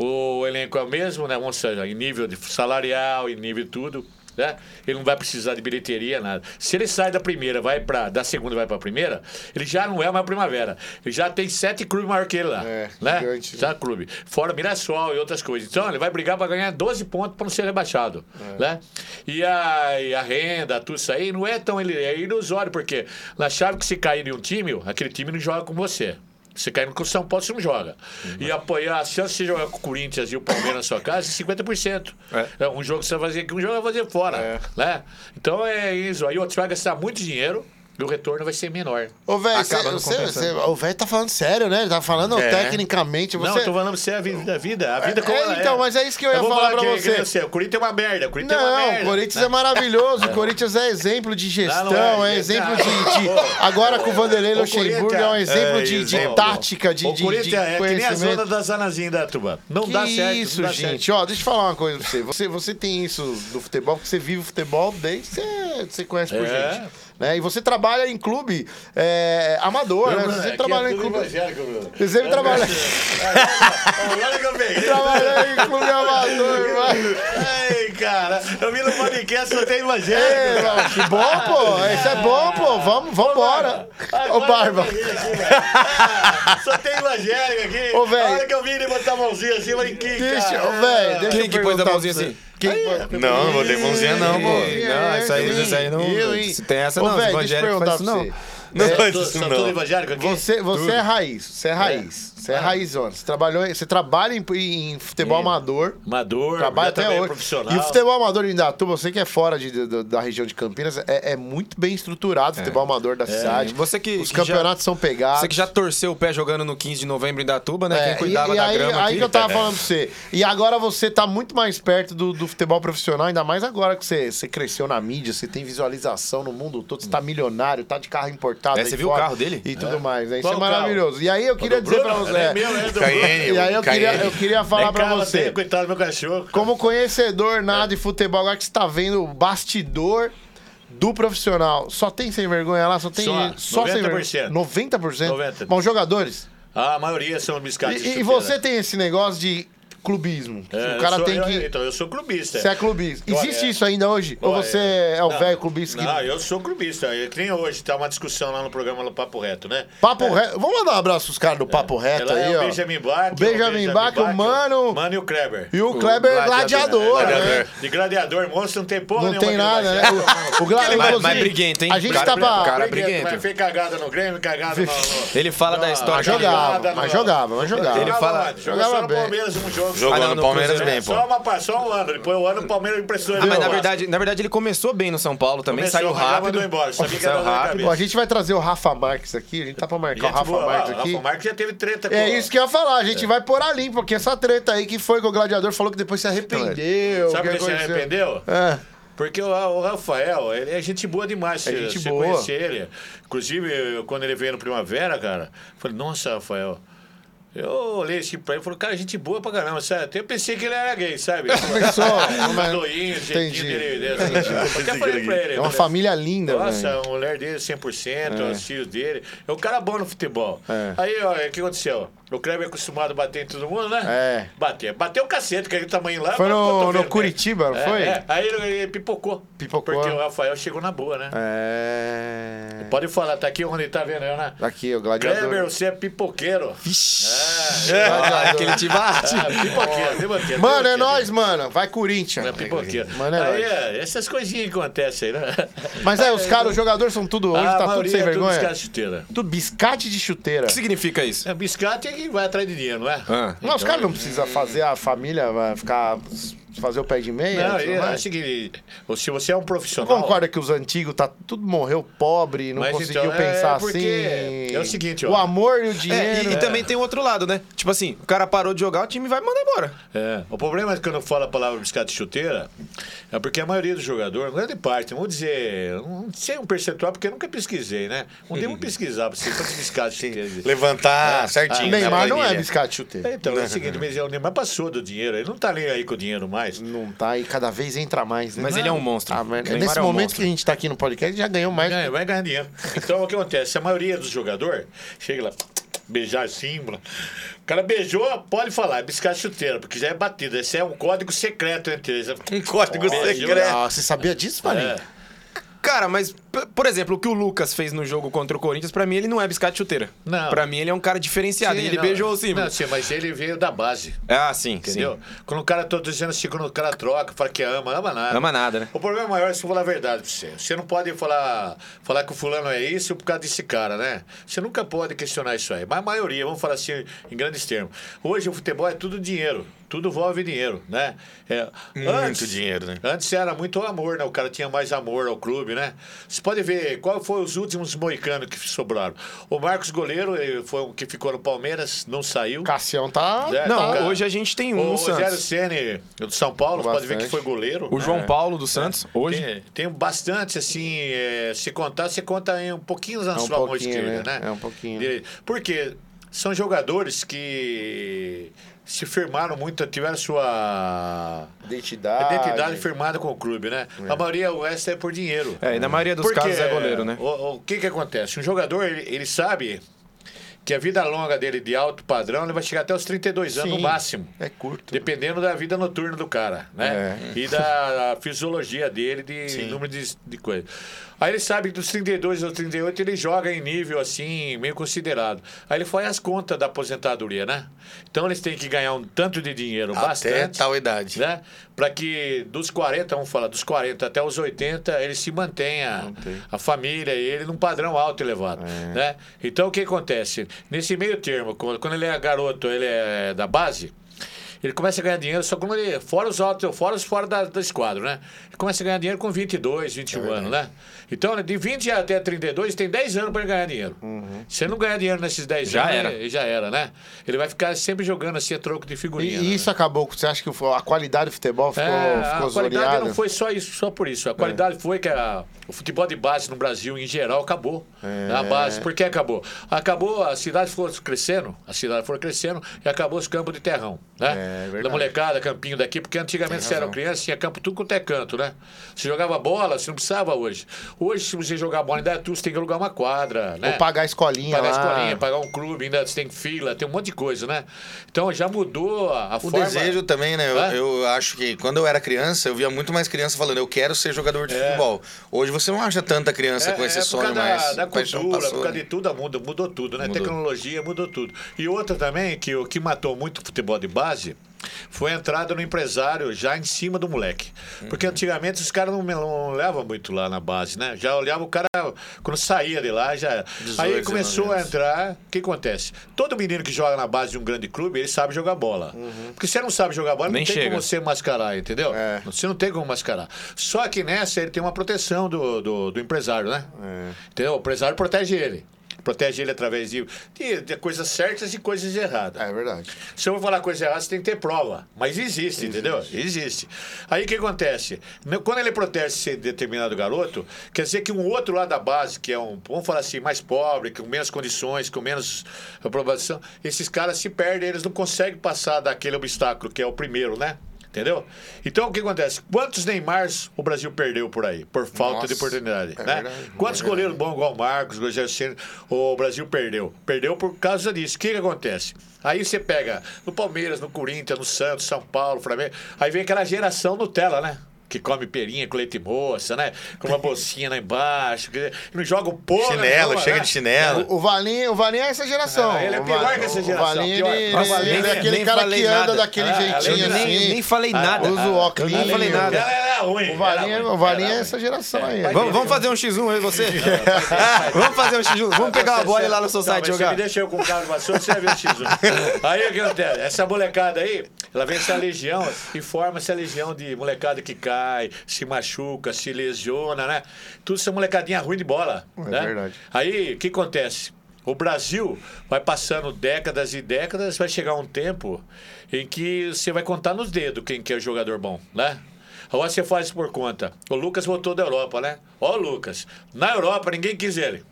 S1: o elenco é o mesmo, né? Vamos dizer, em nível de salarial, em nível de tudo. Né? Ele não vai precisar de bilheteria, nada. Se ele sai da primeira, vai pra. Da segunda vai pra primeira, ele já não é mais primavera. Ele já tem sete clubes maior que ele lá.
S3: É,
S1: né?
S3: gigante, né?
S1: Já clube. Fora Mirassol e outras coisas. Então, ele vai brigar para ganhar 12 pontos para não ser rebaixado.
S3: É.
S1: Né? E, a, e a renda, tudo isso aí, não é tão ele- é ilusório, porque na chave que se cair em um time, aquele time não joga com você. Você caindo com o São Paulo, você não joga.
S3: Uhum.
S1: E apoiar a chance de você jogar com o Corinthians e o Palmeiras na sua casa é 50%. É. Um jogo que você vai fazer aqui, um jogo vai fazer fora.
S3: É.
S1: Né? Então é isso. Aí o outro vai gastar muito dinheiro e o retorno vai ser menor.
S3: Ô, velho, cê-
S4: Acaba não
S3: cê-
S4: compensando.
S3: cê- o velho tá falando sério, né? Ele tá falando
S2: É.
S3: tecnicamente. Você...
S1: Não, eu tô falando pra você a vida, a vida, a vida
S3: É,
S1: como ela
S3: então, mas é isso que eu ia
S1: vou
S3: falar pra
S1: que-
S3: você.
S1: que assim, o Corinthians é uma merda, o Corinthians é uma
S3: Não,
S1: merda.
S3: o Corinthians é maravilhoso. O Corinthians é exemplo de
S1: Não, não
S3: gestão,
S1: é.
S3: é exemplo de.
S1: Não.
S3: de- Agora com o Vanderlei
S1: O
S3: Luxemburgo
S1: Corinthians-
S3: é um exemplo
S2: é,
S3: de, de
S2: exemplo.
S3: tática, de,
S1: o
S3: de, de
S1: Corinthians é que nem a zona
S3: conhecimento.
S1: das anazinhas da Tuba. Não
S3: Que
S1: dá certo.
S3: isso,
S1: não dá
S3: gente.
S1: certo.
S3: Ó, deixa eu falar uma coisa pra você. Você, você tem isso do futebol, porque você vive o futebol desde que você, você conhece por
S1: É.
S3: gente. Né? E você trabalha em clube é, amador, né?
S1: Bruno,
S3: Você
S1: aqui
S3: trabalha
S1: é
S3: em
S1: tudo
S3: clube.
S1: evangélico, Bruno. É,
S3: Você sempre trabalha.
S1: Olha que eu peguei.
S3: Trabalhei em clube amador, irmão.
S1: Ai, cara, eu vi no podcast só tem
S3: Ei,
S1: evangélico.
S3: irmão, que bom, pô. Isso é bom, pô. Vamos, vambora. Ô, Barba.
S1: Só tem evangélico aqui.
S3: Ô, velho.
S1: A hora que eu vi ele botar a mãozinha assim, eu falei, que
S3: Deixa,
S1: cara.
S3: ô, velho, deixa eu
S4: Quem que pôs
S3: perguntar
S4: a mãozinha
S3: pra você.
S4: assim?
S3: Quem
S2: Não, não vou ter mãozinha, não, pô.
S4: Ei, não, isso aí- isso aí não-
S3: Eu, hein?
S4: se tem essa
S3: Ô,
S4: não, os
S3: velho, deixa eu
S4: evangélicos
S3: perguntar
S4: faz
S3: pra
S4: isso
S1: Não,
S3: você.
S2: faz
S1: tô-
S2: isso
S1: só
S2: não.
S1: tudo evangélico aqui?
S3: Você, você é raiz, você é raiz, você é raizona. Você trabalhou, em- você trabalha em, em futebol amador,
S1: Amador,
S3: trabalha
S1: já
S3: até
S1: também é
S3: hoje.
S1: profissional.
S3: E o futebol amador em Indatuba, você que é fora de- do- da região de Campinas, é, é muito bem estruturado o futebol amador da cidade.
S4: É. Você que-
S3: os
S4: que já-
S3: campeonatos são pegados.
S4: Você que já torceu o pé jogando no 15 de novembro em Datuba, né?
S3: É,
S4: Quem cuidava
S3: e, e
S4: da
S3: aí,
S4: grama
S3: aí
S4: aqui.
S3: que eu tava falando pra você. E agora você tá muito mais perto do, do futebol profissional, ainda mais agora que você, você cresceu na mídia, você tem visualização no mundo todo, você tá milionário, tá de carro importado.
S4: É,
S3: aí
S4: você viu o
S3: fora
S4: carro dele?
S3: E tudo mais, né? Isso
S1: Qual
S3: é
S1: o carro?
S3: maravilhoso. E aí eu queria
S1: Do
S3: dizer pra
S1: Bruno?
S3: você.
S1: Ela
S3: é,
S1: É meu, é do Bruno.
S2: Caiene,
S3: E aí eu
S2: Caiene.
S3: queria, eu queria falar
S1: É
S3: pra
S1: cala,
S3: você.
S1: tem, Coitado do meu cachorro.
S3: Como conhecedor nada de futebol, agora que você tá vendo o bastidor do profissional, só tem sem vergonha lá, só tem.
S1: Só,
S3: sem
S1: 90%.
S3: vergonha. 90%.
S1: 90%.
S3: Bom, jogadores.
S1: Ah, A maioria são biscates.
S3: E- E, e você tem esse negócio de clubismo.
S1: né? É,
S3: o cara
S1: eu sou-
S3: tem
S1: eu-
S3: que.
S1: Então, eu sou clubista.
S3: Você é clubista.
S1: Olha,
S3: Existe
S1: é.
S3: isso ainda hoje? Ou
S1: Olha,
S3: você é o
S1: não,
S3: velho clubista que.
S1: Não, eu sou clubista. É que nem hoje, tá uma discussão lá no programa do Papo Reto, né?
S3: Papo reto. Vamos mandar um abraço pros caras do Papo Reto
S1: Ela é
S3: tá aí,
S1: o
S3: ó.
S1: Benjamin Bach.
S3: O Benjamin Bach, o Mano.
S1: Mano e o Kleber.
S3: E o Kleber
S1: É,
S3: gladiador, né?
S1: gladiador. De gladiador, monstro, não tem porra
S3: Não
S1: nenhuma
S3: tem
S1: que ele
S3: nada, né?
S1: vai ser.
S3: O, o gla-
S1: Aquele
S4: Mas, mas
S1: Inclusive,
S4: briguento, hein?
S3: a gente
S1: é
S4: Cara
S3: tá pra-
S4: briguento, Cara
S1: Briguento,
S4: briguento.
S1: Mas fez cagada no Grêmio, cagada no... no-
S4: Ele fala da história.
S3: Mas
S4: que ele-
S3: jogava, mas
S1: no-
S3: jogava, mas Tá. jogava.
S4: Ele fala-
S1: onde? Jogava só
S3: jogava
S1: no
S3: bem.
S1: Palmeiras um jogo.
S2: Jogou
S4: Ah, não,
S2: no
S4: no
S2: Palmeiras
S4: Cruzeiro,
S2: bem,
S1: É,
S2: pô.
S1: só uma pa- só um ano. Depois o ano o Palmeiras impressionou.
S4: Ah, mas na
S1: Vasco.
S4: verdade, na verdade ele começou bem no São Paulo também,
S1: Começou,
S4: saiu
S1: mas já mandou
S4: rápido.
S1: embora, sabia que
S4: Saiu
S1: era dor de
S4: rápido.
S1: cabeça.
S3: Bom, a gente vai trazer o Rafa Marques aqui. A gente tá pra marcar
S1: Gente
S3: o Rafa
S1: boa, lá,
S3: Marques aqui.
S1: Rafa Marques já teve treta com...
S3: É isso que eu ia falar, a gente vai pôr a limpo, porque essa treta aí que foi que o gladiador falou que depois se arrependeu.
S1: Então, é. Sabe
S3: que
S1: por que você
S3: aconteceu?
S1: arrependeu?
S3: É.
S1: Porque o, o Rafael, ele é gente boa demais.
S3: É
S1: você-
S3: gente
S1: você
S3: boa.
S1: conhecer ele. Inclusive, eu- quando ele veio no Primavera, cara, eu falei, nossa, Rafael. Eu olhei assim pra ele e falei, cara, gente boa pra caramba, sabe? Até eu pensei que ele era gay, sabe?
S3: Começou, mas-
S1: Doinho,
S3: Entendi.
S1: jeitinho dele. dele, sabe? Eu até falei pra ele.
S3: É uma
S1: falei,
S3: família linda, velho.
S1: Nossa, a mulher dele 100%, os filhos dele. É um cara bom no futebol.
S3: É.
S1: Aí, ó, o que aconteceu? O Kleber é acostumado a bater em todo mundo, né?
S3: É.
S1: Bater. Bateu o cacete, que é aquele tamanho lá.
S3: Foi
S1: mas
S3: no-
S1: eu tô
S3: no
S1: vendo, né?
S3: Curitiba, não
S1: É,
S3: foi?
S1: é. Aí ele, ele pipocou.
S3: Pipocou.
S1: Porque o Rafael chegou na boa, né?
S3: É.
S1: Pode falar, tá aqui onde tá vendo, né?
S3: Aqui, o
S1: Kleber,
S3: gladiador.
S1: você é pipoqueiro. Vixe. É,
S4: Ah, Aquele te bate.
S1: Ah, pipoqueiro, pipoqueiro.
S3: Mano, é
S1: pipoqueiro.
S3: nóis, mano. Vai, Corinthians.
S1: É pipoqueiro.
S3: Mano, é
S1: Aí,
S3: nóis.
S1: é, essas coisinhas que acontecem aí, né?
S3: Mas é, os caras, os jogadores são tudo hoje,
S1: A
S3: tá tudo
S1: maioria
S3: sem
S1: é
S3: vergonha.
S1: Tudo escassuteira.
S3: Tudo biscate de chuteira.
S4: O que significa isso?
S1: É, biscate é que vai atrás de dinheiro, não é?
S4: Ah.
S3: Não, os caras não precisam fazer a família vai ficar. fazer o pé de meia.
S1: Não, é
S3: tudo
S1: eu
S3: mais.
S1: acho que se você é um
S3: Você
S1: profissional.
S3: concorda que os antigos tá, tudo morreu pobre, não
S1: Mas
S3: conseguiu
S1: então, é
S3: pensar
S1: porque
S3: assim?
S1: é o seguinte, ó.
S3: O amor e o
S4: É,
S3: dinheiro.
S4: e, e também tem o outro lado, né? Tipo assim, o cara parou de jogar, o time vai mandar embora.
S1: É, o problema é que quando eu falo a palavra biscate e chuteira, é porque a maioria do jogador, grande parte, não vou dizer, não sei um percentual, porque eu nunca pesquisei, né? Não devo pesquisar pra você quantos biscates e chuteiras. É,
S2: Levantar
S3: O
S2: certinho.
S1: ah,
S2: na
S3: Neymar não é
S2: planilha.
S3: biscate chuteiro.
S1: Então, né, é o seguinte, mas o Neymar passou do dinheiro, ele não tá nem aí com o dinheiro mais.
S3: Não tá, e cada vez entra mais, né?
S4: Mas ele é um monstro.
S3: Ah, merda.
S4: Neymar
S3: Nesse
S4: é um
S3: momento
S4: monstro.
S3: que a gente tá aqui no podcast, já ganhou mais.
S1: Ganha, vai ganhar dinheiro. Então, o que acontece? A maioria dos jogadores chega lá, beijar assim, blá. o cara beijou, pode falar, é biscate e chuteira, porque já é batida. Esse é um código secreto entre eles. É
S2: Um código
S1: Olha,
S2: secreto.
S3: Ah, você sabia disso, Marinho?
S1: É.
S4: Cara, mas, p- por exemplo, o que o Lucas fez no jogo contra o Corinthians, pra mim ele não é biscate chuteira.
S1: Não.
S4: Pra mim ele é um cara diferenciado.
S1: Sim,
S4: ele
S1: não,
S4: beijou o símbolo.
S1: Não, sim, mas ele veio da base,
S4: Ah, sim,
S1: entendeu?
S4: sim.
S1: Quando o cara, tô dizendo assim, quando o cara troca, fala que ama, ama nada.
S4: Ama nada, né?
S1: O problema maior é se eu falar a verdade pra você. Você não pode falar, falar que o fulano é isso por causa desse cara, né? Você nunca pode questionar isso aí. Mas a maioria, vamos falar assim em grandes termos. Hoje o futebol é tudo dinheiro. Tudo envolve dinheiro, né? É,
S2: Muito dinheiro, né?
S1: Antes era muito amor, né? O cara tinha mais amor ao clube, né? Você pode ver qual foi os últimos moicanos que sobraram. O Marcos Goleiro ele foi o que ficou no Palmeiras, não saiu.
S3: O Cassião tá.
S1: É,
S4: Não,
S1: cara.
S4: hoje a gente tem um
S1: O
S4: no
S1: Rogério
S4: Santos.
S1: Ceni do São Paulo, você pode ver que foi
S3: Bastante.
S1: goleiro.
S4: O João Paulo do Santos, hoje.
S1: Tem, tem bastante, assim, é, se contar, você conta em um pouquinho na
S3: um
S1: sua mão
S3: pouquinho,
S1: esquerda,
S3: né?
S1: né?
S3: É um pouquinho.
S1: Direito. Porque são jogadores que se firmaram muito, tiveram sua
S3: Identidade.
S1: é identidade firmada com o clube, né? A maioria, o resto é por dinheiro.
S4: É, e na maioria dos
S1: Porque
S4: casos é goleiro, né?
S1: O, o que que acontece? Um jogador, ele, ele sabe que a vida longa dele de alto padrão, ele vai chegar até os 32 anos no
S3: Sim.
S1: máximo.
S3: É curto.
S1: Dependendo da vida noturna do cara, né?
S2: É.
S1: E da fisiologia dele, de número de, de coisas. Aí ele sabe que dos 32 aos 38 ele joga em nível assim, meio considerado. Aí ele faz as contas da aposentadoria, né? Então eles têm que ganhar um tanto de dinheiro,
S2: Até
S1: bastante.
S2: tal idade.
S1: Né? Para que dos 40, vamos falar, dos 40 até os 80, ele se mantenha, a família, ele num padrão alto e elevado.
S4: É.
S1: Né? Então, o que acontece? Nesse meio termo, quando quando ele é garoto, ele é da base, ele começa a ganhar dinheiro, só quando ele. Fora os altos, fora os fora da, do esquadro, né? Ele começa a ganhar dinheiro com 22,
S4: É
S1: 21 anos, né? Então, de 20 até 32, tem 10 anos para ele ganhar dinheiro. Se ele não ganhar dinheiro nesses 10
S4: Uhum. Já
S1: anos,
S4: era.
S1: ele- já era, né? Ele vai ficar sempre jogando assim a troco de
S3: E,
S1: figurinha.
S3: e
S1: né?
S3: isso acabou. Você acha que foi- a qualidade do futebol ficou,
S1: É,
S3: ficou É.
S1: a qualidade
S3: zoneada?
S1: não foi só isso, só por isso. A qualidade foi que a- o futebol de base no Brasil, em geral, acabou.
S3: É.
S1: A base, por que
S3: É,
S1: acabou? Acabou, a cidade foi crescendo, a cidade foi crescendo e acabou os campos de terrão, né? da molecada, campinho daqui, porque antigamente você era criança, tinha campo tudo quanto é canto, né? Você jogava bola, você não precisava hoje. Hoje, se você jogar bola em Datu, você tem que alugar uma quadra, né?
S3: Ou pagar a escolinha
S1: Pagar
S3: lá.
S1: escolinha, pagar um clube, ainda você tem fila, tem um monte de coisa, né? Então já mudou a, a
S2: O
S1: forma.
S2: desejo também, né? Eu,
S1: Hã?
S2: eu acho que quando eu era criança, eu via muito mais criança falando, eu quero ser
S1: É.
S2: jogador de futebol. Hoje você não acha tanta criança com esse sonho
S1: por causa
S2: mais.
S1: Da, da
S2: paixão
S1: cultura,
S2: passou,
S1: por causa
S2: né?
S1: de tudo, mudou, mudou tudo, né?
S2: Mudou.
S1: Tecnologia mudou tudo. E outra também, que o que matou muito o futebol de base. Foi a entrada no empresário já em cima do moleque. Porque
S2: Uhum.
S1: antigamente os caras não, não levam muito lá na base, né? Já olhava o cara quando saía de lá, já.
S2: 18,
S1: Aí começou a
S2: 19 anos.
S1: entrar. O que acontece? Todo menino que joga na base de um grande clube, ele sabe jogar bola.
S2: Uhum.
S1: Porque se você não sabe jogar bola,
S4: Nem
S1: não tem
S4: chega.
S1: como você mascarar, entendeu?
S3: É.
S1: Você não tem como mascarar. Só que nessa ele tem uma proteção do, do, do empresário, né? Entendeu? O empresário protege ele. Protege ele através de, de, de coisas certas e coisas erradas.
S3: É verdade.
S1: Se eu vou falar coisa errada, você tem que ter prova. Mas existe, entendeu? Existe. Aí o que acontece? No- Quando ele protege esse determinado garoto, quer dizer que um outro lá da base, que é um, vamos falar assim, mais pobre, com menos condições, com menos aprovação, esses caras se perdem, eles não conseguem passar daquele obstáculo que é o primeiro, né? Entendeu? Então o que acontece? Quantos Neymars o Brasil perdeu por aí? Por falta de
S3: Nossa,
S1: oportunidade.
S3: é
S1: né?
S3: verdade.
S1: Quantos goleiros bons igual o Marcos, Rogério Ceni, o Brasil perdeu? Perdeu por causa disso. O que, que acontece? Aí você pega no Palmeiras, no Corinthians, no Santos, São Paulo, Flamengo. Aí vem aquela geração Nutella, né? Que come perinha com leite moça, né? Com uma bolsinha lá embaixo. quer dizer, Não joga o porra.
S2: Chinelo,
S1: nenhuma,
S2: chega
S1: né?
S2: de chinelo.
S3: O Valinho, o Valinho é essa geração.
S1: Ah, ele é
S3: O Va-
S1: pior que essa
S3: O
S1: geração,
S3: Valinho,
S1: pior.
S3: ele,
S1: Nossa,
S3: ele
S1: nem-
S3: é aquele
S4: nem
S3: cara
S4: falei
S3: que anda
S4: nada.
S3: daquele
S1: Ah,
S3: jeitinho
S1: eu
S3: assim.
S4: nem- nem falei nada.
S3: Usa o óculos.
S4: Eu nem falei nada.
S1: Ela era ruim.
S3: O
S1: era
S3: Valinho,
S1: ruim,
S3: o Valinho
S1: era
S3: é
S1: ruim.
S3: essa geração aí.
S4: Vamos, vamos fazer um X1 aí, você? vamos fazer um X1. Vamos pegar uma bola e ir lá no seu
S1: Não,
S4: site
S1: mas Você
S4: jogar.
S1: me deixa eu com o carro de vassoura, você vai ver o X1. Aí o que acontece? Essa molecada aí, ela vem essa legião e forma essa legião de molecada que cai, se machuca, se lesiona, né? Tudo essa molecadinha ruim de bola.
S3: É
S1: né?
S3: verdade.
S1: Aí, o que acontece? O Brasil vai passando décadas e décadas, vai chegar um tempo em que você vai contar nos dedos quem que é o jogador bom, né? Agora você faz por conta. O Lucas voltou da Europa, né? Ó, o Lucas. Na Europa, ninguém quis ele.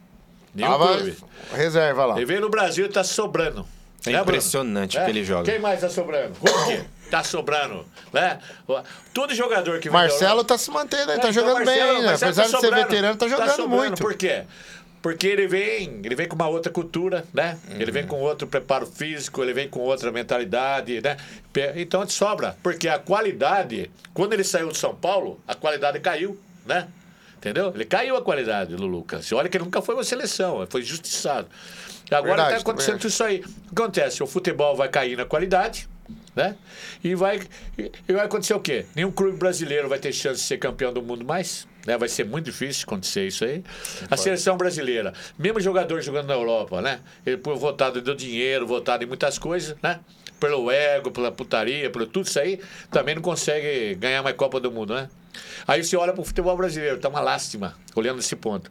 S1: Nenhum
S3: Tava-
S1: clube.
S3: Reserva lá.
S1: Ele veio no Brasil e tá sobrando.
S4: É
S1: Né, Bruno?
S4: impressionante o que ele joga.
S1: Quem mais tá sobrando? Hulk tá sobrando. Né? Todo jogador que vem
S3: Marcelo
S1: da Europa-
S3: tá se mantendo aí,
S1: É,
S3: tá
S1: então,
S3: jogando bem
S1: Marcelo-
S3: ainda.
S1: Marcelo
S3: Apesar de ser
S1: sobrando.
S3: veterano, tá jogando
S1: sobrando.
S3: muito.
S1: Por quê? Porque ele vem, ele vem com uma outra cultura, né? Ele
S3: Uhum.
S1: vem com outro preparo físico, ele vem com outra mentalidade, né? Pe- Então ele sobra, porque a qualidade, quando ele saiu de São Paulo, a qualidade caiu, né? Entendeu? Ele caiu a qualidade do Lucas. E Olha que ele nunca foi uma seleção, foi justiçado. E agora
S3: Verdade,
S1: está acontecendo
S3: também acho.
S1: isso aí. O que acontece? O futebol vai cair na qualidade, né? E vai, e- e vai acontecer o quê? Nenhum clube brasileiro vai ter chance de ser campeão do mundo mais. Né? Vai ser muito difícil acontecer isso aí. A seleção brasileira, mesmo jogador jogando na Europa, né? Ele foi votado do dinheiro, votado em muitas coisas, né? Pelo ego, pela putaria, pelo tudo isso aí, também não consegue ganhar mais Copa do Mundo, né? Aí você olha pro futebol brasileiro, tá uma lástima, olhando esse ponto.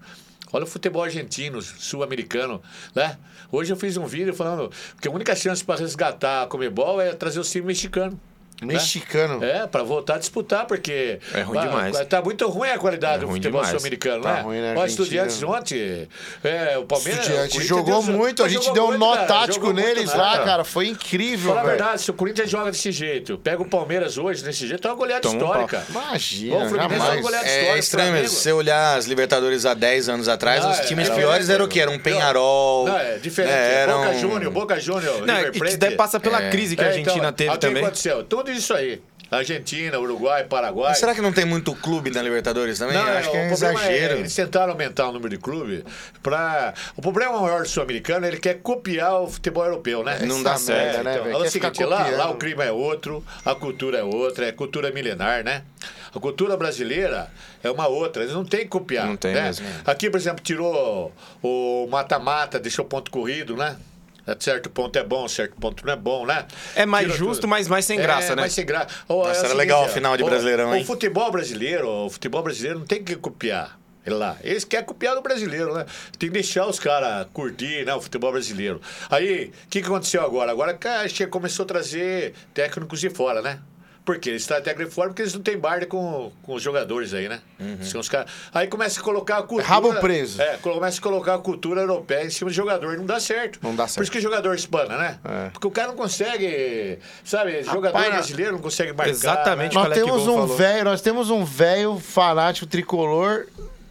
S1: Olha o futebol argentino, sul-americano, né? Hoje eu fiz um vídeo falando que a única chance para resgatar a Comebol é trazer o time mexicano.
S3: Mexicano.
S1: É, para voltar a disputar, porque.
S4: É ruim demais.
S1: Tá muito ruim a qualidade
S4: É
S1: do
S4: ruim
S1: futebol
S4: demais.
S1: sul-americano,
S3: Tá
S1: né?
S3: ruim na
S1: Ó,
S3: Argentina.
S1: estudiantes ontem. é, o Palmeiras. o
S3: Estudiante.
S1: Corinthians
S3: Jogou
S1: deu-
S3: muito, a gente
S1: jogou
S3: deu um
S1: muito,
S3: nó
S1: cara,
S3: tático
S1: jogou muito
S3: neles
S1: nada.
S3: lá, cara. Foi incrível,
S1: Fala a
S3: velho.
S1: verdade, se o Corinthians joga desse jeito, pega o Palmeiras hoje desse jeito, é uma goleada
S4: Toma um
S1: histórica. Ó,
S3: Imagina,
S1: o Fluminense é um
S3: jamais.
S1: goleador.
S2: É,
S1: história
S2: é
S1: do
S2: estranho mesmo.
S1: Flamengo.
S2: Se você olhar as Libertadores há 10 anos atrás,
S1: Ah,
S2: os
S1: é,
S2: times
S1: era
S2: piores
S1: outra
S2: eram o quê? Era um Penharol.
S1: Não, é diferente.
S2: né? Era
S1: Boca
S2: um-
S1: Júnior, Boca Júnior,
S4: Não,
S1: River
S4: e
S1: Plate.
S4: que daí passa pela
S2: É.
S4: crise que a
S1: É,
S4: Argentina
S1: então,
S4: teve
S1: olha o que
S4: também.
S1: aconteceu? Tudo isso aí. Argentina, Uruguai, Paraguai.
S2: Será que não tem muito clube na Libertadores também?
S1: Não,
S2: Acho que
S1: o
S2: é um
S1: problema
S2: exagero.
S1: eles tentaram aumentar o número de clube para O problema maior do sul-americano, ele quer copiar o futebol europeu, né?
S2: Não dá
S3: Essa
S2: certo,
S3: merda, né,
S1: então,
S3: velho?
S1: olha o
S3: Quer ficar
S1: seguinte, lá,
S3: copiando.
S1: lá o clima é outro, a cultura é outra, é cultura milenar, né? A cultura brasileira é uma outra, eles não tem que copiar.
S4: Não tem
S1: né?
S4: mesmo.
S1: Aqui, por exemplo, tirou o mata-mata, deixou ponto corrido, né? A Certo ponto é bom, certo ponto não é bom, né?
S4: É mais
S1: Tirou
S4: justo,
S1: tudo.
S4: mas mais sem graça,
S1: é,
S4: né?
S1: Mais sem graça. Ó, é o
S2: era
S1: seguinte,
S2: legal a
S1: ó,
S2: final de
S1: ó,
S2: Brasileirão, hein?
S1: O futebol brasileiro, o futebol brasileiro não tem que copiar ele lá. Eles querem copiar do brasileiro, né? Tem que deixar os caras curtir, né? O futebol brasileiro. Aí, o que, que aconteceu agora? Agora cara, che- começou a trazer técnicos de fora, né? Por quê? Estratégia reforma, porque eles não têm barda com, com os jogadores aí, né?
S2: Uhum.
S1: São os caras- Aí começa a colocar a cultura.
S3: Rabo preso.
S1: É, começa a colocar a cultura europeia em cima do jogador. e Não dá certo.
S3: Não dá certo.
S1: Por isso que o jogador espana, né?
S3: É.
S1: Porque o cara não consegue. Sabe, jogador
S3: Rapaz,
S1: brasileiro não consegue marcar.
S4: Exatamente.
S1: né?
S4: Qual
S3: Nós
S4: é que
S3: temos,
S4: o Gol
S3: um
S4: falou?
S3: velho, nós temos um velho fanático tricolor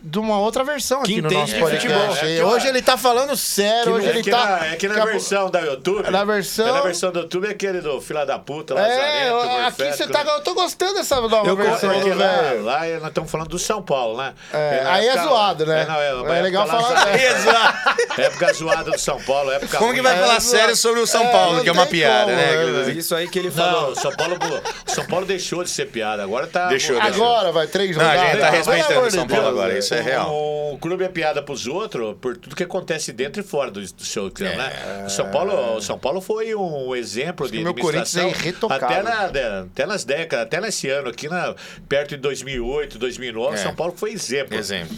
S3: de uma outra versão aqui
S4: Que
S3: no
S4: entende
S3: nosso
S4: de
S3: podcast.
S1: futebol, né?
S3: hein?
S1: Que
S3: hoje
S1: é-
S3: ele tá falando sério, hoje
S1: é
S3: ele
S1: que
S3: tá.
S1: na, é que na
S3: Acabou-
S1: versão da YouTube.
S3: Na versão-
S1: É na versão do YouTube é aquele do fila da puta,
S3: É,
S1: lazarento,
S3: eu- aqui
S1: morfético,
S3: você tá.
S1: né? é
S3: Eu tô gostando dessa nova
S4: Eu
S3: versão
S4: gosto,
S1: Porque
S3: do
S1: lá,
S3: velho.
S1: lá nós estamos falando do São Paulo, né?
S3: É,
S1: na
S3: aí é
S1: época-
S3: zoado, né?
S1: É, não, é,
S3: É
S1: época
S3: legal falar
S1: lazarenta.
S3: velho.
S1: Época zoada do São Paulo, época
S2: Como que
S1: ruim.
S2: vai
S1: É.
S2: falar
S3: não-
S2: sério sobre o São
S3: é,
S2: Paulo,
S3: não
S2: que é uma
S3: tem
S2: piada,
S3: como,
S2: né?
S3: né,
S2: Aquilo ali.
S4: Isso aí que ele falou.
S1: Não, o São Paulo, o São Paulo deixou de ser piada, agora tá...
S2: Deixou, deixou.
S3: Agora, vai, três
S2: Não, a gente tá
S3: rodadas. Pelo
S2: respeitando
S3: amor
S2: o
S3: de
S2: São Paulo
S3: Deus,
S2: agora,
S3: velho.
S2: isso é real.
S1: O clube é piada pros outros por tudo que acontece dentro e fora do, do seu clube, né? O São Paulo, o São Paulo foi um exemplo de
S3: É. que meu
S1: administração.
S3: Corinthians é irretocável.
S1: até, na- de- até nas décadas, até nesse ano aqui, na, perto de 2008, 2009,
S2: É.
S1: São Paulo foi exemplo.
S2: Exemplo.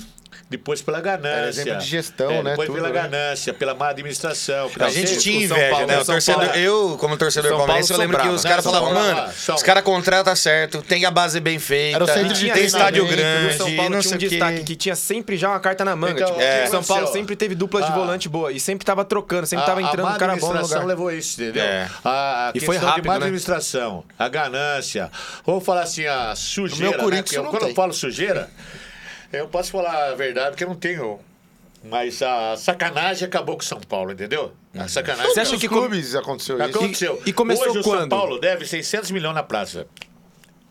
S1: Depois pela ganância. É,
S3: Era exemplo de gestão, né,
S1: Depois
S3: tudo,
S1: pela
S3: né?
S1: ganância, pela má administração. pela
S2: A gente
S1: seca.
S2: tinha
S4: o São
S2: inveja,
S4: Paulo-
S2: né? O
S4: São
S2: torcedor,
S4: Paulo-
S2: eu, como torcedor
S4: São Paulo
S2: palmeirense, eu lembro que
S4: sobrava,
S2: os
S4: né?
S1: é-
S2: caras
S1: São
S2: falavam,
S1: Paulo,
S2: mano,
S1: São-
S2: os caras contratam certo, tem a base bem feita,
S3: Era o centro de
S2: tem
S3: treinamento,
S2: estádio
S3: né?
S2: grande,
S4: o São Paulo
S2: não
S4: tinha
S2: sei
S4: um
S2: o quê.
S4: destaque que tinha sempre já uma carta na manga.
S1: Então, o
S4: tipo,
S1: que
S4: o São
S1: aconteceu?
S4: Paulo sempre teve dupla de
S1: Ah.
S4: volante boa e sempre tava trocando, sempre tava entrando
S1: má
S4: um cara bom no
S1: administração
S4: lugar.
S1: levou isso, entendeu?
S2: É.
S1: A, a
S4: E foi
S1: questão
S4: rápido,
S1: de má
S4: né?
S1: administração, a ganância, ou falar assim, a sujeira.
S3: No meu
S1: né?
S3: Corinthians
S1: Porque eu-
S3: não
S1: quando
S3: tem.
S1: eu falo sujeira, eu posso falar a verdade, porque eu não tenho. Mas a sacanagem acabou com o São Paulo, entendeu? A sacanagem.
S4: Uhum. Você acha
S3: Nos
S4: que com-
S3: clubes aconteceu isso?
S1: Aconteceu.
S4: E- e começou
S1: Hoje o São
S4: quando?
S1: Paulo deve 600 milhões na praça.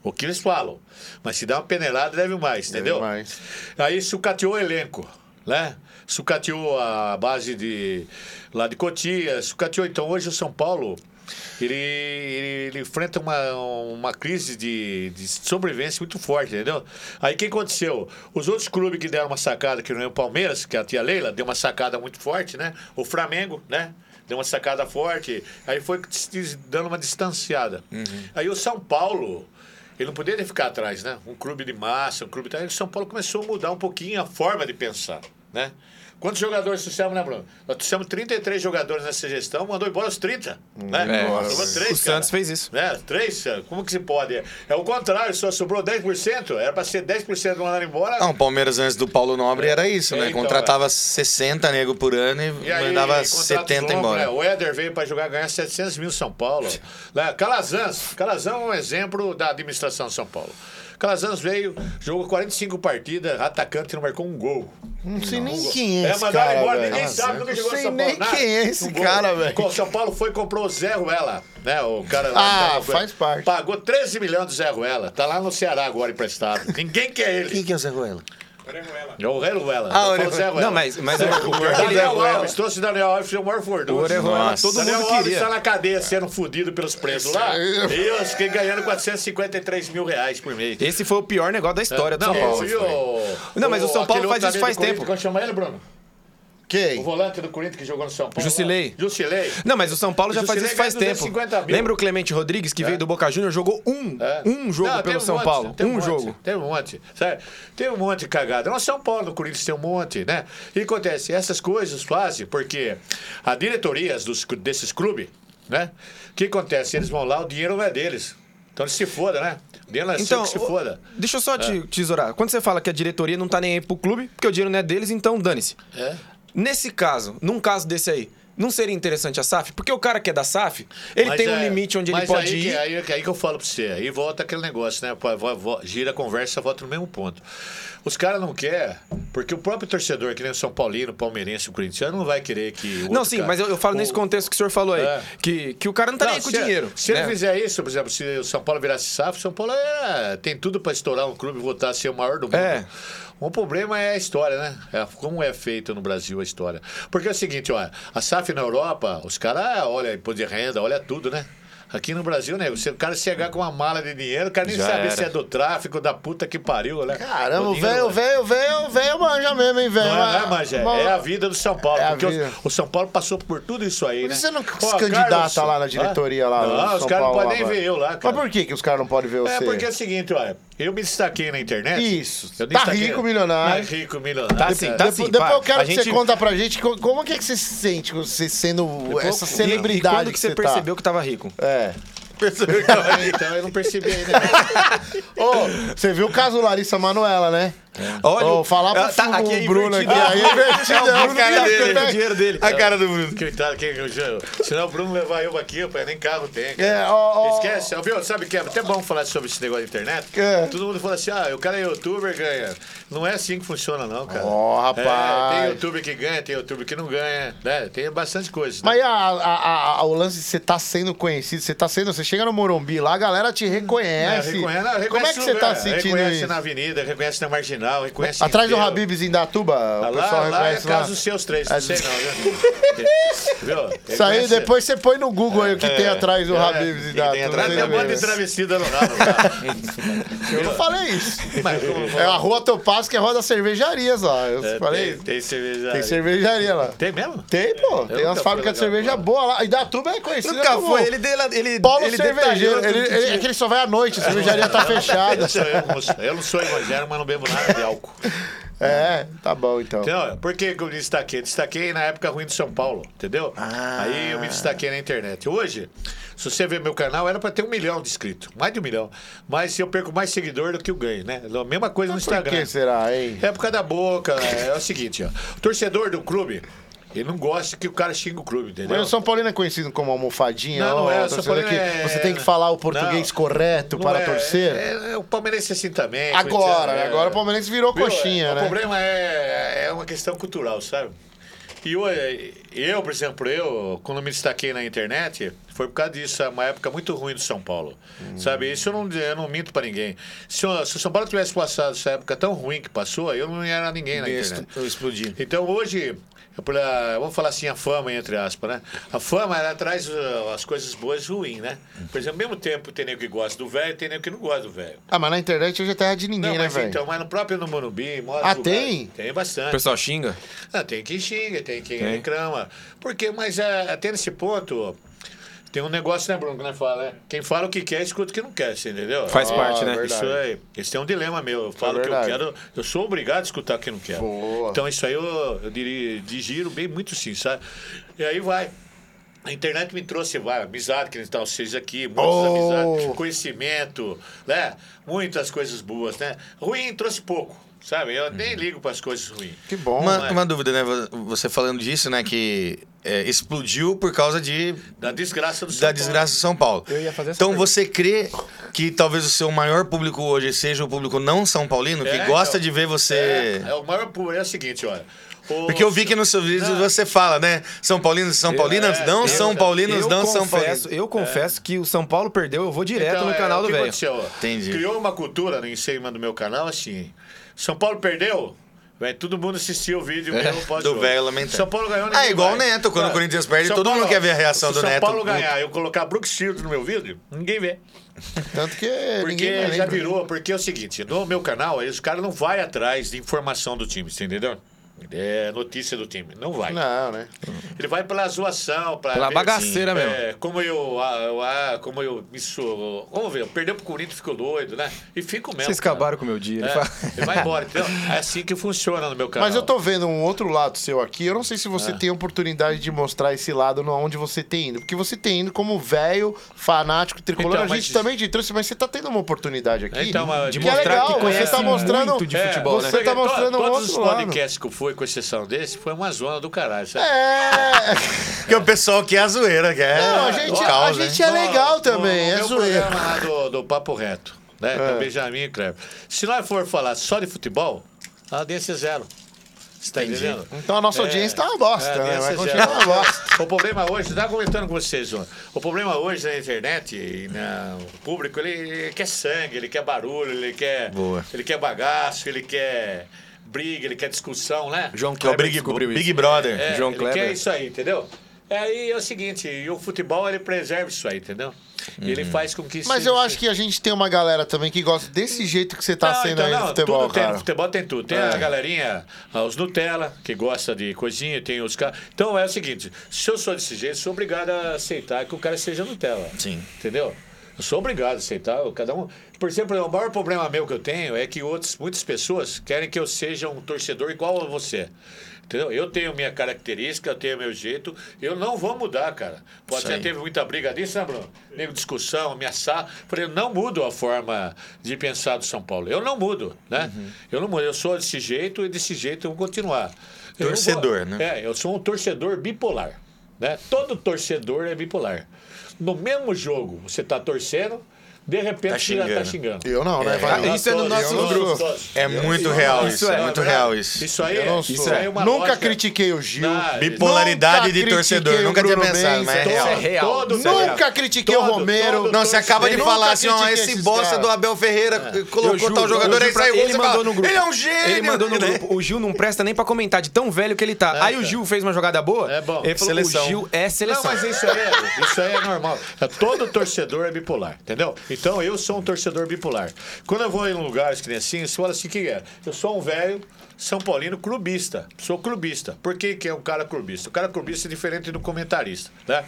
S1: O que eles falam. Mas se dá uma penelada, deve mais, entendeu?
S3: mais.
S1: Aí sucateou o elenco, né? Sucateou a base de lá de Cotia, sucateou. Então hoje o São Paulo ele, ele- ele enfrenta uma, uma crise de, de sobrevivência muito forte, entendeu? Aí o que aconteceu? Os outros clubes que deram uma sacada, que não é o Palmeiras, que a tia Leila deu uma sacada muito forte, né? O Flamengo, né? Deu uma sacada forte. Aí foi se des- dando uma distanciada. Aí o São Paulo, ele não poderia ficar atrás, né? Um clube de massa, um clube. Aí o São Paulo começou a mudar um pouquinho a forma de pensar, né? Quantos jogadores trouxemos, né, Bruno? Nós trouxemos 33 jogadores nessa gestão, mandou embora os 30. Né?
S2: É,
S1: Sobrou três,
S4: O Santos fez isso.
S1: Né? Três, cara. como que se pode? É o contrário, só sobrou 10%. Era para ser 10% mandado embora.
S2: Não, o Palmeiras antes do Paulo Nobre era isso,
S1: É,
S2: né?
S1: então,
S2: Contratava 60 nego por ano e,
S1: E aí,
S2: mandava
S1: contrato
S2: 70
S1: longo,
S2: embora.
S1: né? O Éder veio para jogar, ganhar 700 mil em São Paulo. Né? Calazans. Calazans é um exemplo da administração de São Paulo. Calazans veio, jogou 45 partidas, atacante, não marcou um gol.
S3: Não sei nem quem é esse
S1: mandaram
S3: cara,
S1: embora,
S3: velho.
S1: ninguém sabe nunca
S3: Não
S1: jogou no
S3: sei
S1: São Paulo.
S3: nem
S1: nada.
S3: quem é esse
S1: Um gol.
S3: cara, velho.
S1: Co- São Paulo foi e comprou o Zé Ruela, né? O cara
S3: Ah,
S1: lá. então, foi-
S3: faz parte.
S1: Pagou 13 milhões do Zé Ruela. Tá lá no Ceará agora emprestado. ninguém quer ele.
S2: que é o Zé Ruela?
S1: É o Rei Ruela.
S2: Ah,
S1: Eu
S2: o
S1: falo
S2: Rei-
S1: Zé Ruela.
S4: Não, mas, mas o, é o,
S1: Pior que
S4: aquele-
S1: Daniel Alves, trouxe o Daniel Alves, foi o maior
S4: o
S1: fordoso.
S4: Orejuela,
S2: Nossa.
S4: todo
S1: Daniel
S4: mundo
S1: Alves
S4: queria.
S1: está na cadeia sendo fudido pelos presos lá. E eu fiquei ganhando 453 mil reais por mês.
S4: Esse foi o pior negócio da história do São Paulo.
S1: viu?
S4: Não, mas o São Paulo
S1: aquele
S4: faz
S1: outro
S4: isso
S1: amigo
S4: faz
S1: tá do Corinthians,
S4: tempo.
S1: Como chama ele, Bruno? O
S3: Quem?
S1: volante do Corinthians que jogou no São Paulo.
S4: Jusilei.
S1: lá. Jusilei.
S4: Não, mas o São Paulo já faz
S1: Juscelino
S4: isso faz
S1: ganha
S4: tempo.
S1: 250 mil.
S4: Lembra o Clemente Rodrigues, que veio do Boca Juniors, jogou um,
S1: É.
S4: um jogo
S1: Não,
S4: pelo
S1: tem um
S4: São
S1: monte,
S4: Paulo.
S1: tem
S4: Um,
S1: monte,
S4: jogo.
S1: Tem um monte. Sabe? Tem um monte de cagada. No São Paulo, no Corinthians tem um monte, né? E acontece, essas coisas fazem porque a diretoria dos, desses clubes, né? O que acontece? Eles vão lá, o dinheiro não é deles. Então eles se foda, né? O dinheiro é seu
S4: Então,
S1: que se
S4: ô,
S1: foda. É.
S4: deixa eu só te tesourar. Quando você fala que a diretoria não tá nem aí pro clube, porque o dinheiro não é deles, então dane-se.
S1: É.
S4: Nesse caso, num caso desse aí, não seria interessante a SAF? Porque o cara que é da SAF, ele
S1: Mas
S4: tem um
S1: é-
S4: limite onde ele
S1: mas
S4: pode
S1: aí, que- é
S4: ir.
S1: Aí, aí que eu falo pra você. Aí volta aquele negócio, né? Pô, vo- vo- Gira a conversa, volta no mesmo ponto. Os caras não querem, porque o próprio torcedor, que nem o São Paulino, palmeirense, o corintiano, não vai querer que. o
S4: Não,
S1: outro
S4: sim,
S1: é cara-
S4: mas eu, eu falo
S1: o-
S4: nesse contexto que o senhor falou aí.
S1: É.
S4: Que, que o cara não tá nem
S1: Não,
S4: aí com o
S1: se- é-
S4: dinheiro.
S1: Se
S4: né?
S1: ele fizer isso, por exemplo, se o São Paulo virasse SAF, o São Paulo é- tem tudo pra estourar um clube e voltar a ser o maior do mundo.
S4: É.
S1: O problema é a história, né? É como é feito no Brasil a história. Porque é o seguinte, ó, a SAF na Europa, os caras olham imposto de renda, olha tudo, né? Aqui no Brasil, né? você- O cara chegar com uma mala de dinheiro, o cara nem
S4: Já
S1: saber
S4: era.
S1: se é do tráfico, da puta que pariu, né?
S3: Caramba, o
S1: dinheiro-
S3: velho, o velho, o velho, o velho manja mesmo, hein, velho.
S1: não é, não é, Magé?
S3: Mas-
S1: É a vida do São Paulo.
S3: É a
S1: porque os-
S3: vida.
S1: o São Paulo passou por tudo isso aí,
S3: Por
S1: né?
S3: que você não se
S1: Ó,
S3: candidata
S1: Carlos- ah,
S3: lá na diretoria
S1: Não,
S3: lá? no
S1: os
S3: São
S1: caras não
S3: Paulo,
S1: podem
S3: lá,
S1: nem ver
S3: velho?
S1: eu lá, cara.
S3: Mas por que, que os caras não podem ver você?
S1: É porque é o seguinte, olha, eu me destaquei na internet.
S3: Isso.
S1: Eu me
S3: Tá
S1: destaquei-
S3: rico, milionário.
S1: Tá rico, milionário.
S4: Tá
S1: cara.
S4: sim,
S3: Depo-
S4: tá sim.
S3: assim, depois
S4: pá.
S3: eu quero
S4: A
S3: que você
S4: gente-
S3: conta pra gente co- como é que, é que você se sente você sendo essa
S4: né? E- E
S3: celebridade
S4: quando que você
S3: tá?
S4: percebeu que tava rico?
S3: É.
S2: Percebeu que ela-
S1: É, então eu não percebi ainda.
S3: Ô, você viu o caso Larissa Manoela, né?
S2: Olha,
S3: Ô, falar pro
S2: ela tá-
S3: Bruno-
S2: aqui é
S3: Bruno aqui,
S2: invertido.
S3: aí é invertido.
S2: É o
S3: Bruno
S2: Bruno cara
S3: que-
S2: dele,
S3: né?
S2: o dinheiro dele.
S1: É,
S2: A cara do Bruno.
S1: Coitado, que, que- senão o Bruno levar eu aqui, rapaz, nem carro tem. cara.
S3: É, ó, ó.
S1: Esquece, ó, viu? Sabe que é até bom falar sobre esse negócio de internet?
S3: É.
S1: Todo mundo fala assim, ah, o cara é youtuber, ganha. Não é assim que funciona, não, cara.
S3: Ó, rapaz.
S1: É, tem youtuber que ganha, tem youtuber que não ganha, né? Tem bastante coisa. né?
S3: Mas e a, a- a- a- o lance de você tá sendo conhecido, você tá sendo. Você chega no Morumbi lá, a galera te reconhece.
S1: É, reconhece- não, reconhece
S3: Como é que
S1: no
S3: você tá
S1: lugar,
S3: sentindo
S1: Reconhece
S3: isso?
S1: na avenida, reconhece na marginal, reconhece
S3: Atrás do
S1: inteiro.
S3: Habibs em Datuba,
S1: Ah,
S3: o
S1: Lá,
S3: pessoal
S1: lá é
S3: reconhece lá.
S1: caso dos seus três, não
S3: É,
S1: sei não. viu? Viu?
S3: Isso aí,
S1: Reconhece-
S3: depois você põe no Google aí o que tem atrás do
S1: É,
S3: Habibs
S1: quem
S3: em
S1: tem
S3: Datuba.
S1: atrás
S3: você
S1: é um
S3: vê.
S1: monte de travestida no rabo. lá.
S3: Eu não falei isso.
S1: Mas como
S3: É a rua Topaz que é a rua das cervejarias lá. Eu
S1: É, tem,
S3: falei isso.
S1: tem cerveja.
S3: Tem cervejaria lá.
S1: Tem mesmo?
S3: Tem, pô. tem
S1: nunca
S3: umas
S1: fui
S3: fábricas de
S1: legal,
S3: cerveja
S1: pô.
S3: boa lá. E Datuba é conhecida
S2: Nunca
S3: como
S2: foi. Ele, dela- ele,
S3: Paulo
S2: ele
S3: Cervejeiro.
S2: detalhou
S3: Ele,
S2: tudo que
S3: ele-
S2: tinha.
S3: é que ele só vai à noite, a cervejaria tá fechada.
S1: Eu, sou eu, moço. eu não sou evangélico, mas não bebo nada de álcool.
S3: É, tá bom então.
S1: Então, por que, que eu me destaquei? Destaquei na época ruim do São Paulo, entendeu?
S3: Ah.
S1: Aí eu me destaquei na internet. Hoje, se você ver meu canal, era pra ter um milhão de inscritos. Mais de um milhão. Mas eu perco mais seguidor do que eu ganho, né? A mesma coisa no
S3: Por
S1: Instagram.
S3: que será, hein?
S1: É por causa da boca. É o seguinte, ó. O torcedor do clube, ele não gosta que o cara xinga o clube, entendeu?
S3: Mas o São Paulino é conhecido como almofadinha,
S1: Não, não é,
S3: ó,
S1: o São
S3: torcedor
S1: Paulino
S3: que
S1: é-
S3: você tem que falar o português
S1: Não.
S3: correto
S1: Não
S3: para
S1: é,
S3: torcer.
S1: é, é, o palmeirense é assim também.
S3: Agora,
S1: coitado, é.
S3: agora o Palmeirense virou
S1: Viu?
S3: coxinha,
S1: o
S3: né?
S1: problema é, é uma questão cultural, sabe? E eu, eu, por exemplo, eu, quando me destaquei na internet, foi por causa disso, sabe? uma época muito ruim do São Paulo.
S3: Hum.
S1: Sabe? Isso eu não, eu não minto pra ninguém. Se, o- se o São Paulo tivesse passado essa época tão ruim que passou, eu não era ninguém na
S2: Isso,
S1: internet.
S2: Eu explodi.
S1: Então hoje, pra- vamos falar assim, a fama, entre aspas, né? A fama, ela traz uh, as coisas boas e ruins, né?
S3: Uhum.
S1: Por exemplo, ao mesmo tempo tem nego que gosta do velho, tem nego que não gosta do velho.
S3: Ah, mas na internet hoje é terra de ninguém,
S1: Não,
S3: né,
S1: mas
S3: velho?
S1: então, mas no próprio no Morumbi, em outros
S3: Ah,
S1: lugares,
S3: tem?
S1: Tem
S4: O
S1: bastante.
S4: pessoal xinga.
S1: Ah, tem quem xinga, tem quem
S4: Tem.
S1: reclama. Porque, mas ah, até nesse ponto, tem um negócio, né, Bruno, que nós fala, né? Quem fala o que quer, escuta o que não quer, você entendeu?
S4: Faz
S3: Ah,
S4: parte, né?
S3: verdade.
S1: Isso aí. Esse é um dilema meu. Eu falo o que eu
S3: verdade.
S1: quero, eu sou obrigado a escutar o que eu não quero.
S3: Boa.
S1: Então isso aí eu, eu diria, digiro bem muito sim, sabe? E aí vai. A internet me trouxe vai, amizade, que tal seja aqui, muitas
S3: Oh.
S1: amizades, conhecimento, né? Muitas coisas boas, né? Ruim trouxe pouco, sabe? Eu nem ligo para as coisas ruins.
S3: Que é bom.
S2: Uma,
S1: Vai.
S2: uma dúvida, né? Você falando disso, né? Que é, explodiu por causa de,
S1: Da desgraça do
S2: da
S1: São
S2: desgraça de São Paulo.
S4: Eu ia fazer essa
S2: então
S4: pergunta.
S2: você crê que talvez o seu maior público hoje seja o público não São Paulino, que
S1: É,
S2: gosta
S1: então.
S2: de ver você.
S1: É, é o maior pu- é o seguinte, olha. O-
S2: Porque eu vi que nos seus vídeos
S1: Não.
S2: você fala, né? São Paulinos e São Paulinas,
S1: é,
S2: não
S1: eu-
S2: São Paulinos, não São Paulinos.
S4: confesso, eu confesso que o São Paulo perdeu, eu vou direto
S1: Então,
S4: no
S1: é,
S4: canal
S1: o
S4: do
S1: que
S4: velho.
S1: aconteceu?
S2: Entendi.
S1: Criou uma cultura em cima do meu canal assim. São Paulo perdeu? Véi, todo mundo assistiu o vídeo
S2: É,
S1: meu pós
S2: do
S1: jogo.
S2: velho lamentar.
S1: São Paulo ganhou
S2: Ah,
S1: ninguém vai.
S2: igual o Neto, quando
S1: Não,
S2: o Corinthians perde, todo mundo quer ver a reação do
S1: se
S2: Neto.
S1: São Paulo ganhar, eu colocar Brook Shield no meu vídeo, ninguém vê.
S3: Tanto que
S2: É,
S1: Porque
S3: ninguém mais
S1: já
S3: lembra.
S1: virou, porque é o seguinte, no meu canal, aí os caras não vai atrás de informação do time, você entendeu? É notícia do time, não vai.
S3: Não, né?
S1: Ele vai pela zoação, pra
S4: Pela
S1: ver,
S4: bagaceira
S1: assim,
S4: mesmo.
S1: é, como eu, ah, eu, ah, como eu me sou, vamos ver, perdeu pro Corinthians, ficou doido, né? E fico mesmo.
S4: Vocês
S1: cara.
S4: acabaram com o meu dia. ele
S1: É,
S4: fala.
S1: ele vai embora. Então, é assim que funciona no meu canal.
S3: Mas eu tô vendo um outro lado seu aqui. Eu não sei se
S1: Ah.
S3: você tem oportunidade de mostrar esse lado no onde você tem indo. Porque você tem indo como velho, fanático, tricolor.
S1: Então,
S3: a
S1: mas-
S3: gente também te trouxe, mas você tá tendo uma oportunidade aqui.
S1: Então, mas-
S3: de
S1: de
S3: que
S1: mostrar
S3: é legal,
S1: que
S3: você
S1: conhece
S3: tá mostrando.
S4: muito de futebol,
S3: você
S4: né?
S1: Porque
S3: tá
S1: to-
S3: mostrando um
S1: Todos
S3: outro
S1: os
S3: lado.
S1: podcasts que eu fui, com exceção desse, foi uma zona do caralho, sabe?
S3: É.
S2: Porque o pessoal quer a zoeira, quer.
S3: Não, a gente,
S2: o
S3: a
S2: caos, né?
S3: gente é legal também,
S1: no
S3: é
S1: meu
S3: zoeira.
S1: programa lá do, do Papo Reto, né? Do Benjamin e Kleber. Se nós for falar só de futebol, a audiência é zero. Você tá entendendo?
S3: Então a nossa
S1: É.
S3: audiência tá uma bosta,
S1: É,
S3: né?
S1: audiência
S3: Vai
S1: zero.
S3: continuar uma bosta.
S1: O problema hoje, tá comentando com vocês, ó, o problema hoje na internet e na- o público, ele, ele quer sangue, ele quer barulho, ele quer,
S2: Boa.
S1: ele quer bagaço, ele quer briga, ele quer discussão, né?
S4: João
S2: Que é o
S4: Kleber
S2: Big,
S4: descobriu
S2: Big
S4: isso.
S2: Brother.
S1: É,
S4: João
S1: ele
S4: Kleber.
S1: quer isso aí, entendeu? Aí é o seguinte, e o futebol ele preserva isso aí, entendeu? Ele faz com que
S3: Uhum. Mas
S1: se-
S3: eu acho que a gente tem uma galera também que gosta desse jeito que você tá
S1: Não,
S3: sendo
S1: então,
S3: aí no
S1: não,
S3: futebol,
S1: tudo tem,
S3: cara. É.
S1: no futebol tem tudo. Tem a galerinha, ah, os Nutella, que gosta de coisinha, tem os caras. Então é o seguinte: se eu sou desse jeito, sou obrigado a aceitar que o cara seja Nutella.
S2: Sim.
S1: Entendeu? Eu sou obrigado a aceitar. eu- Cada um. Por exemplo, o maior problema meu que eu tenho é que outras, muitas pessoas querem que eu seja um torcedor igual a você. Entendeu? Eu tenho minha característica, eu tenho meu jeito, eu não vou mudar, cara. Pode
S2: Isso
S1: ser
S2: aí.
S1: teve muita briga disso, né, Bruno? Nego discussão, ameaçar. Falei, eu não mudo a forma de pensar do São Paulo. Eu não mudo, né?
S2: Uhum.
S1: Eu não mudo. Eu sou desse jeito e desse jeito eu vou continuar. Eu não vou-
S2: Torcedor, né?
S1: é, eu sou um torcedor bipolar. Né? Todo torcedor é bipolar. No mesmo jogo, você tá torcendo, de repente
S2: Tá
S1: você já tá
S2: xingando.
S1: xingando.
S3: Eu não, né?
S2: É,
S3: Vai
S4: Ah,
S3: lá.
S4: isso é no
S1: Todos,
S4: nosso
S1: todos,
S3: grupo.
S1: todos.
S2: É muito real
S4: Isso
S2: isso,
S4: é,
S2: é muito
S1: verdade.
S2: real isso.
S1: Isso aí,
S3: Eu não
S1: é,
S3: sou.
S1: isso aí é uma
S3: Nunca
S1: lógica.
S3: critiquei o Gil.
S1: Não,
S2: Bipolaridade de
S3: Nunca
S2: torcedor.
S3: critiquei
S2: Nunca
S3: o
S2: tinha
S3: Bruno
S2: pensado,
S3: Benz,
S2: mas é
S1: todo-
S2: real.
S4: real.
S1: todo-
S4: Isso é real.
S3: Nunca critiquei
S1: Todo,
S3: o Romero.
S1: todo
S2: Não, você acaba de
S3: Eu nunca
S2: falar assim, ó,
S3: critiquei
S2: esse
S3: esses
S2: bosta
S3: caras.
S2: do Abel Ferreira colocou
S4: Eu juro,
S2: tal jogador,
S4: eu
S2: aí
S4: juro pra-
S2: saiu
S4: ele
S2: você
S4: mandou
S2: fala,
S4: no grupo.
S2: Ele é um gênio!
S4: Ele mandou no
S2: né?
S4: grupo. O Gil não presta nem pra comentar, de tão velho que ele tá. aí o Gil fez uma jogada boa.
S1: É bom.
S4: Ele falou:
S2: Seleção.
S4: o Gil é seleção.
S1: Não, mas isso aí, é, isso aí é normal. Todo torcedor é bipolar, entendeu? Então eu sou um torcedor bipolar. Quando eu vou em lugares que nem assim, você fala assim: o que é? Eu sou um velho São Paulino clubista. Sou clubista. Por que, que é um cara clubista? O cara clubista é diferente do comentarista, né?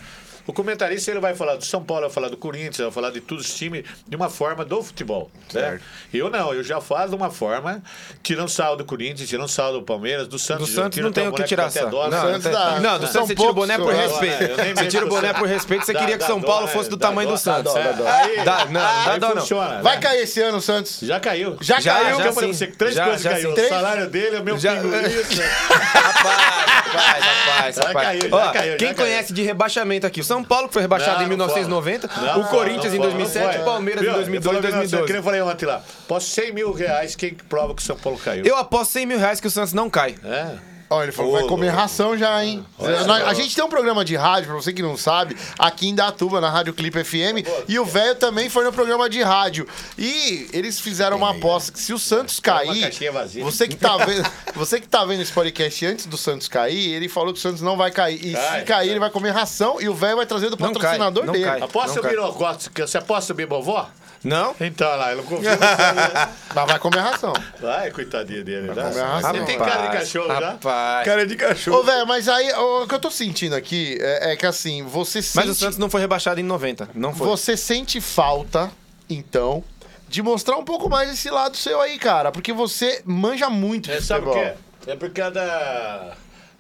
S1: O comentarista ele vai falar do São Paulo, vai falar do Corinthians, vai falar de todos os times de uma forma do futebol. Né? Eu não, eu já faço de uma forma, tirando sal do Corinthians, tirando sal do Palmeiras, do Santos.
S4: Do Santos
S1: eu tiro
S4: não tem
S1: até
S4: o que
S1: boneco,
S4: tirar
S1: até
S4: sarro.
S1: dó.
S4: Não,
S3: Santos
S4: não,
S3: dá-
S4: tem- não, do
S3: são
S4: Santos você tira o
S3: poucos
S4: boné
S3: que
S4: por
S3: eu-
S4: respeito.
S1: Eu nem
S4: Você tira o
S1: mexo com
S4: boné
S1: você.
S4: por respeito, você
S1: Dá-
S4: queria que
S1: dá
S4: São
S1: dó,
S4: Paulo
S1: né?
S4: fosse do
S1: Dá
S4: tamanho
S1: dó.
S4: do Santos.
S1: Dá dó, dá dó.
S4: Dá- Não, dá
S1: Aí
S4: dó não.
S1: funciona,
S3: Vai
S1: né?
S3: cair esse ano, Santos.
S1: Já caiu.
S3: Já
S4: Já,
S3: caiu.
S1: Então, eu
S4: já,
S1: falei pra
S4: sim.
S1: você que três
S4: Já,
S1: coisas
S4: já,
S1: caiu.
S4: sim.
S1: O
S4: Três?
S1: salário dele, o meu
S4: Já-
S1: pinguim.
S4: Rapaz, rapaz, rapaz,
S1: Já
S4: rapaz.
S1: caiu, já
S4: Ó,
S1: caiu, já
S4: quem
S1: caiu.
S4: conhece de rebaixamento aqui? O São Paulo, que foi rebaixado
S1: Não,
S4: em
S1: não
S4: 1990,
S1: fala. Não,
S4: o
S1: não
S4: Corinthians em
S1: fala,
S4: 2007,
S1: não
S4: o
S1: fala.
S4: Palmeiras
S1: Viu?
S4: em
S1: Eu
S4: 2002,
S1: falei, não, só Que nem
S4: 2012.
S1: eu falei ontem lá. Posso 100 mil reais, quem que prova que o São Paulo caiu?
S4: Eu aposto 100 mil reais que o Santos não cai.
S1: É.
S3: Olha, ele falou, vai comer ração já, hein? Nós- a gente tem um programa de rádio, pra você que não sabe, aqui em Datuba, na Rádio Clipe FM.
S1: Tá
S3: E o velho também foi no programa de rádio. E eles fizeram uma
S1: né?
S3: aposta que se o Santos cair.
S1: É. caixinha vazia.
S3: Você que tá vendo, você que tá vendo esse podcast antes do Santos cair, ele falou que o Santos não vai cair. E
S1: Cai,
S3: se cair, ele vai comer ração e o velho vai trazer do
S4: Não cai,
S3: patrocinador
S4: não
S3: dele.
S4: cai.
S1: Aposta
S4: Não
S1: o Birocó. Você aposta o Bibovó?
S4: Não?
S1: Então, lá, eu não confio. no cara.
S3: Mas vai comer ração.
S1: Vai, coitadinha dele. né?
S3: comer ração.
S1: Ele tem cara de cachorro né? já?
S4: rapaz.
S2: Cara de
S3: Ô,
S2: cachorro.
S3: velho, mas aí ô, o que eu tô sentindo aqui é, é que assim, você sente.
S4: Mas o Santos não foi rebaixado em 90. Não foi.
S3: Você sente falta, então, de mostrar um pouco mais esse lado seu aí, cara. Porque você manja muito
S1: É,
S3: de
S1: sabe o
S3: futebol.
S1: quê? É por causa da,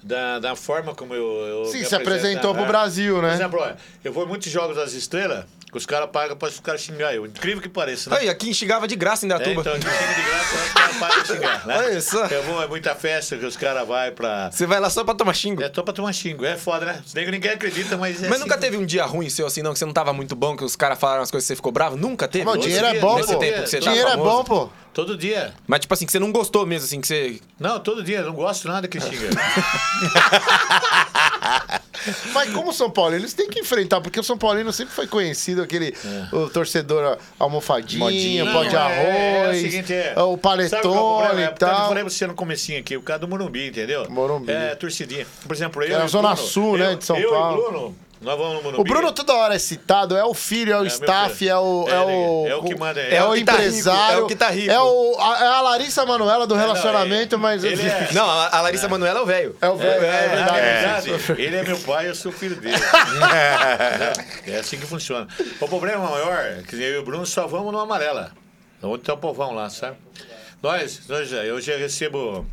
S1: da, da forma como eu. eu
S3: Sim,
S1: me
S3: se
S1: apresento,
S3: apresentou
S1: né?
S3: pro Brasil, né?
S1: Por exemplo, olha, eu vou em muitos jogos das estrelas que os caras pagam pra os caras xingar eu. Incrível que pareça, né?
S4: Aí, aqui enxigava de graça em
S1: É,
S4: Datuba.
S1: então, de time de graça, os caras pagam pra xingar, né?
S4: Olha só.
S1: Eu vou, é muita festa que os caras vão pra.
S4: Você vai lá só pra tomar xingo.
S1: É só pra tomar xingo. É foda, né? Os negros ninguém acredita, mas. É
S4: Mas
S1: assim.
S4: nunca teve um dia ruim seu assim, não, que você não tava muito bom, que os caras falaram as coisas e você ficou bravo? Nunca teve?
S3: Mas o
S1: Todo
S3: dinheiro é
S1: dia,
S3: bom,
S1: todo
S3: pô.
S1: dia, todo
S3: Dinheiro é
S1: dia.
S3: bom, pô.
S1: Todo dia.
S4: Mas tipo assim, que você não gostou mesmo, assim, que você.
S1: Não, todo dia. Não gosto nada que xinga.
S3: Mas como São Paulo, eles têm que enfrentar, porque o São Paulino sempre foi conhecido aquele o torcedor almofadinho,
S2: Modinha.
S3: pó de
S1: É. Não,
S3: arroz,
S1: é- é o, seguinte, é,
S3: o
S1: sabe qual é o
S3: paletone
S1: problema? É
S3: e
S1: porque Eu
S3: tal.
S1: falei pra você no comecinho aqui, o cara do Morumbi, entendeu?
S3: Morumbi.
S1: É, torcidinha. Por exemplo, eu.
S3: É a
S1: e o
S3: Zona
S1: Bruno,
S3: Sul, né,
S1: eu-
S3: de São
S1: eu e o
S3: Paulo.
S1: Bruno, nós vamos no Morumbi.
S3: O Bruno toda hora é citado, é o filho, é o
S1: meu
S3: staff,
S1: filho.
S3: é o. É,
S1: É,
S3: o,
S1: é o que manda,
S3: É,
S1: é
S3: o
S1: o
S4: que tá rico,
S3: empresário.
S4: é o que tá rico.
S3: É, o- a, é a Larissa Manuela do relacionamento,
S1: ele-
S3: mas.
S1: É,
S3: assim,
S1: ele é-
S4: Não, a a Larissa Manoela é o velho.
S3: É o velho, é,
S1: É, na
S3: verdade.
S1: verdade, ele é meu pai, eu sou filho dele. é assim que funciona. O problema maior é que eu e o Bruno só vamos no Amarela. Onde tá o povão lá, sabe? Nós, nós já- eu já recebo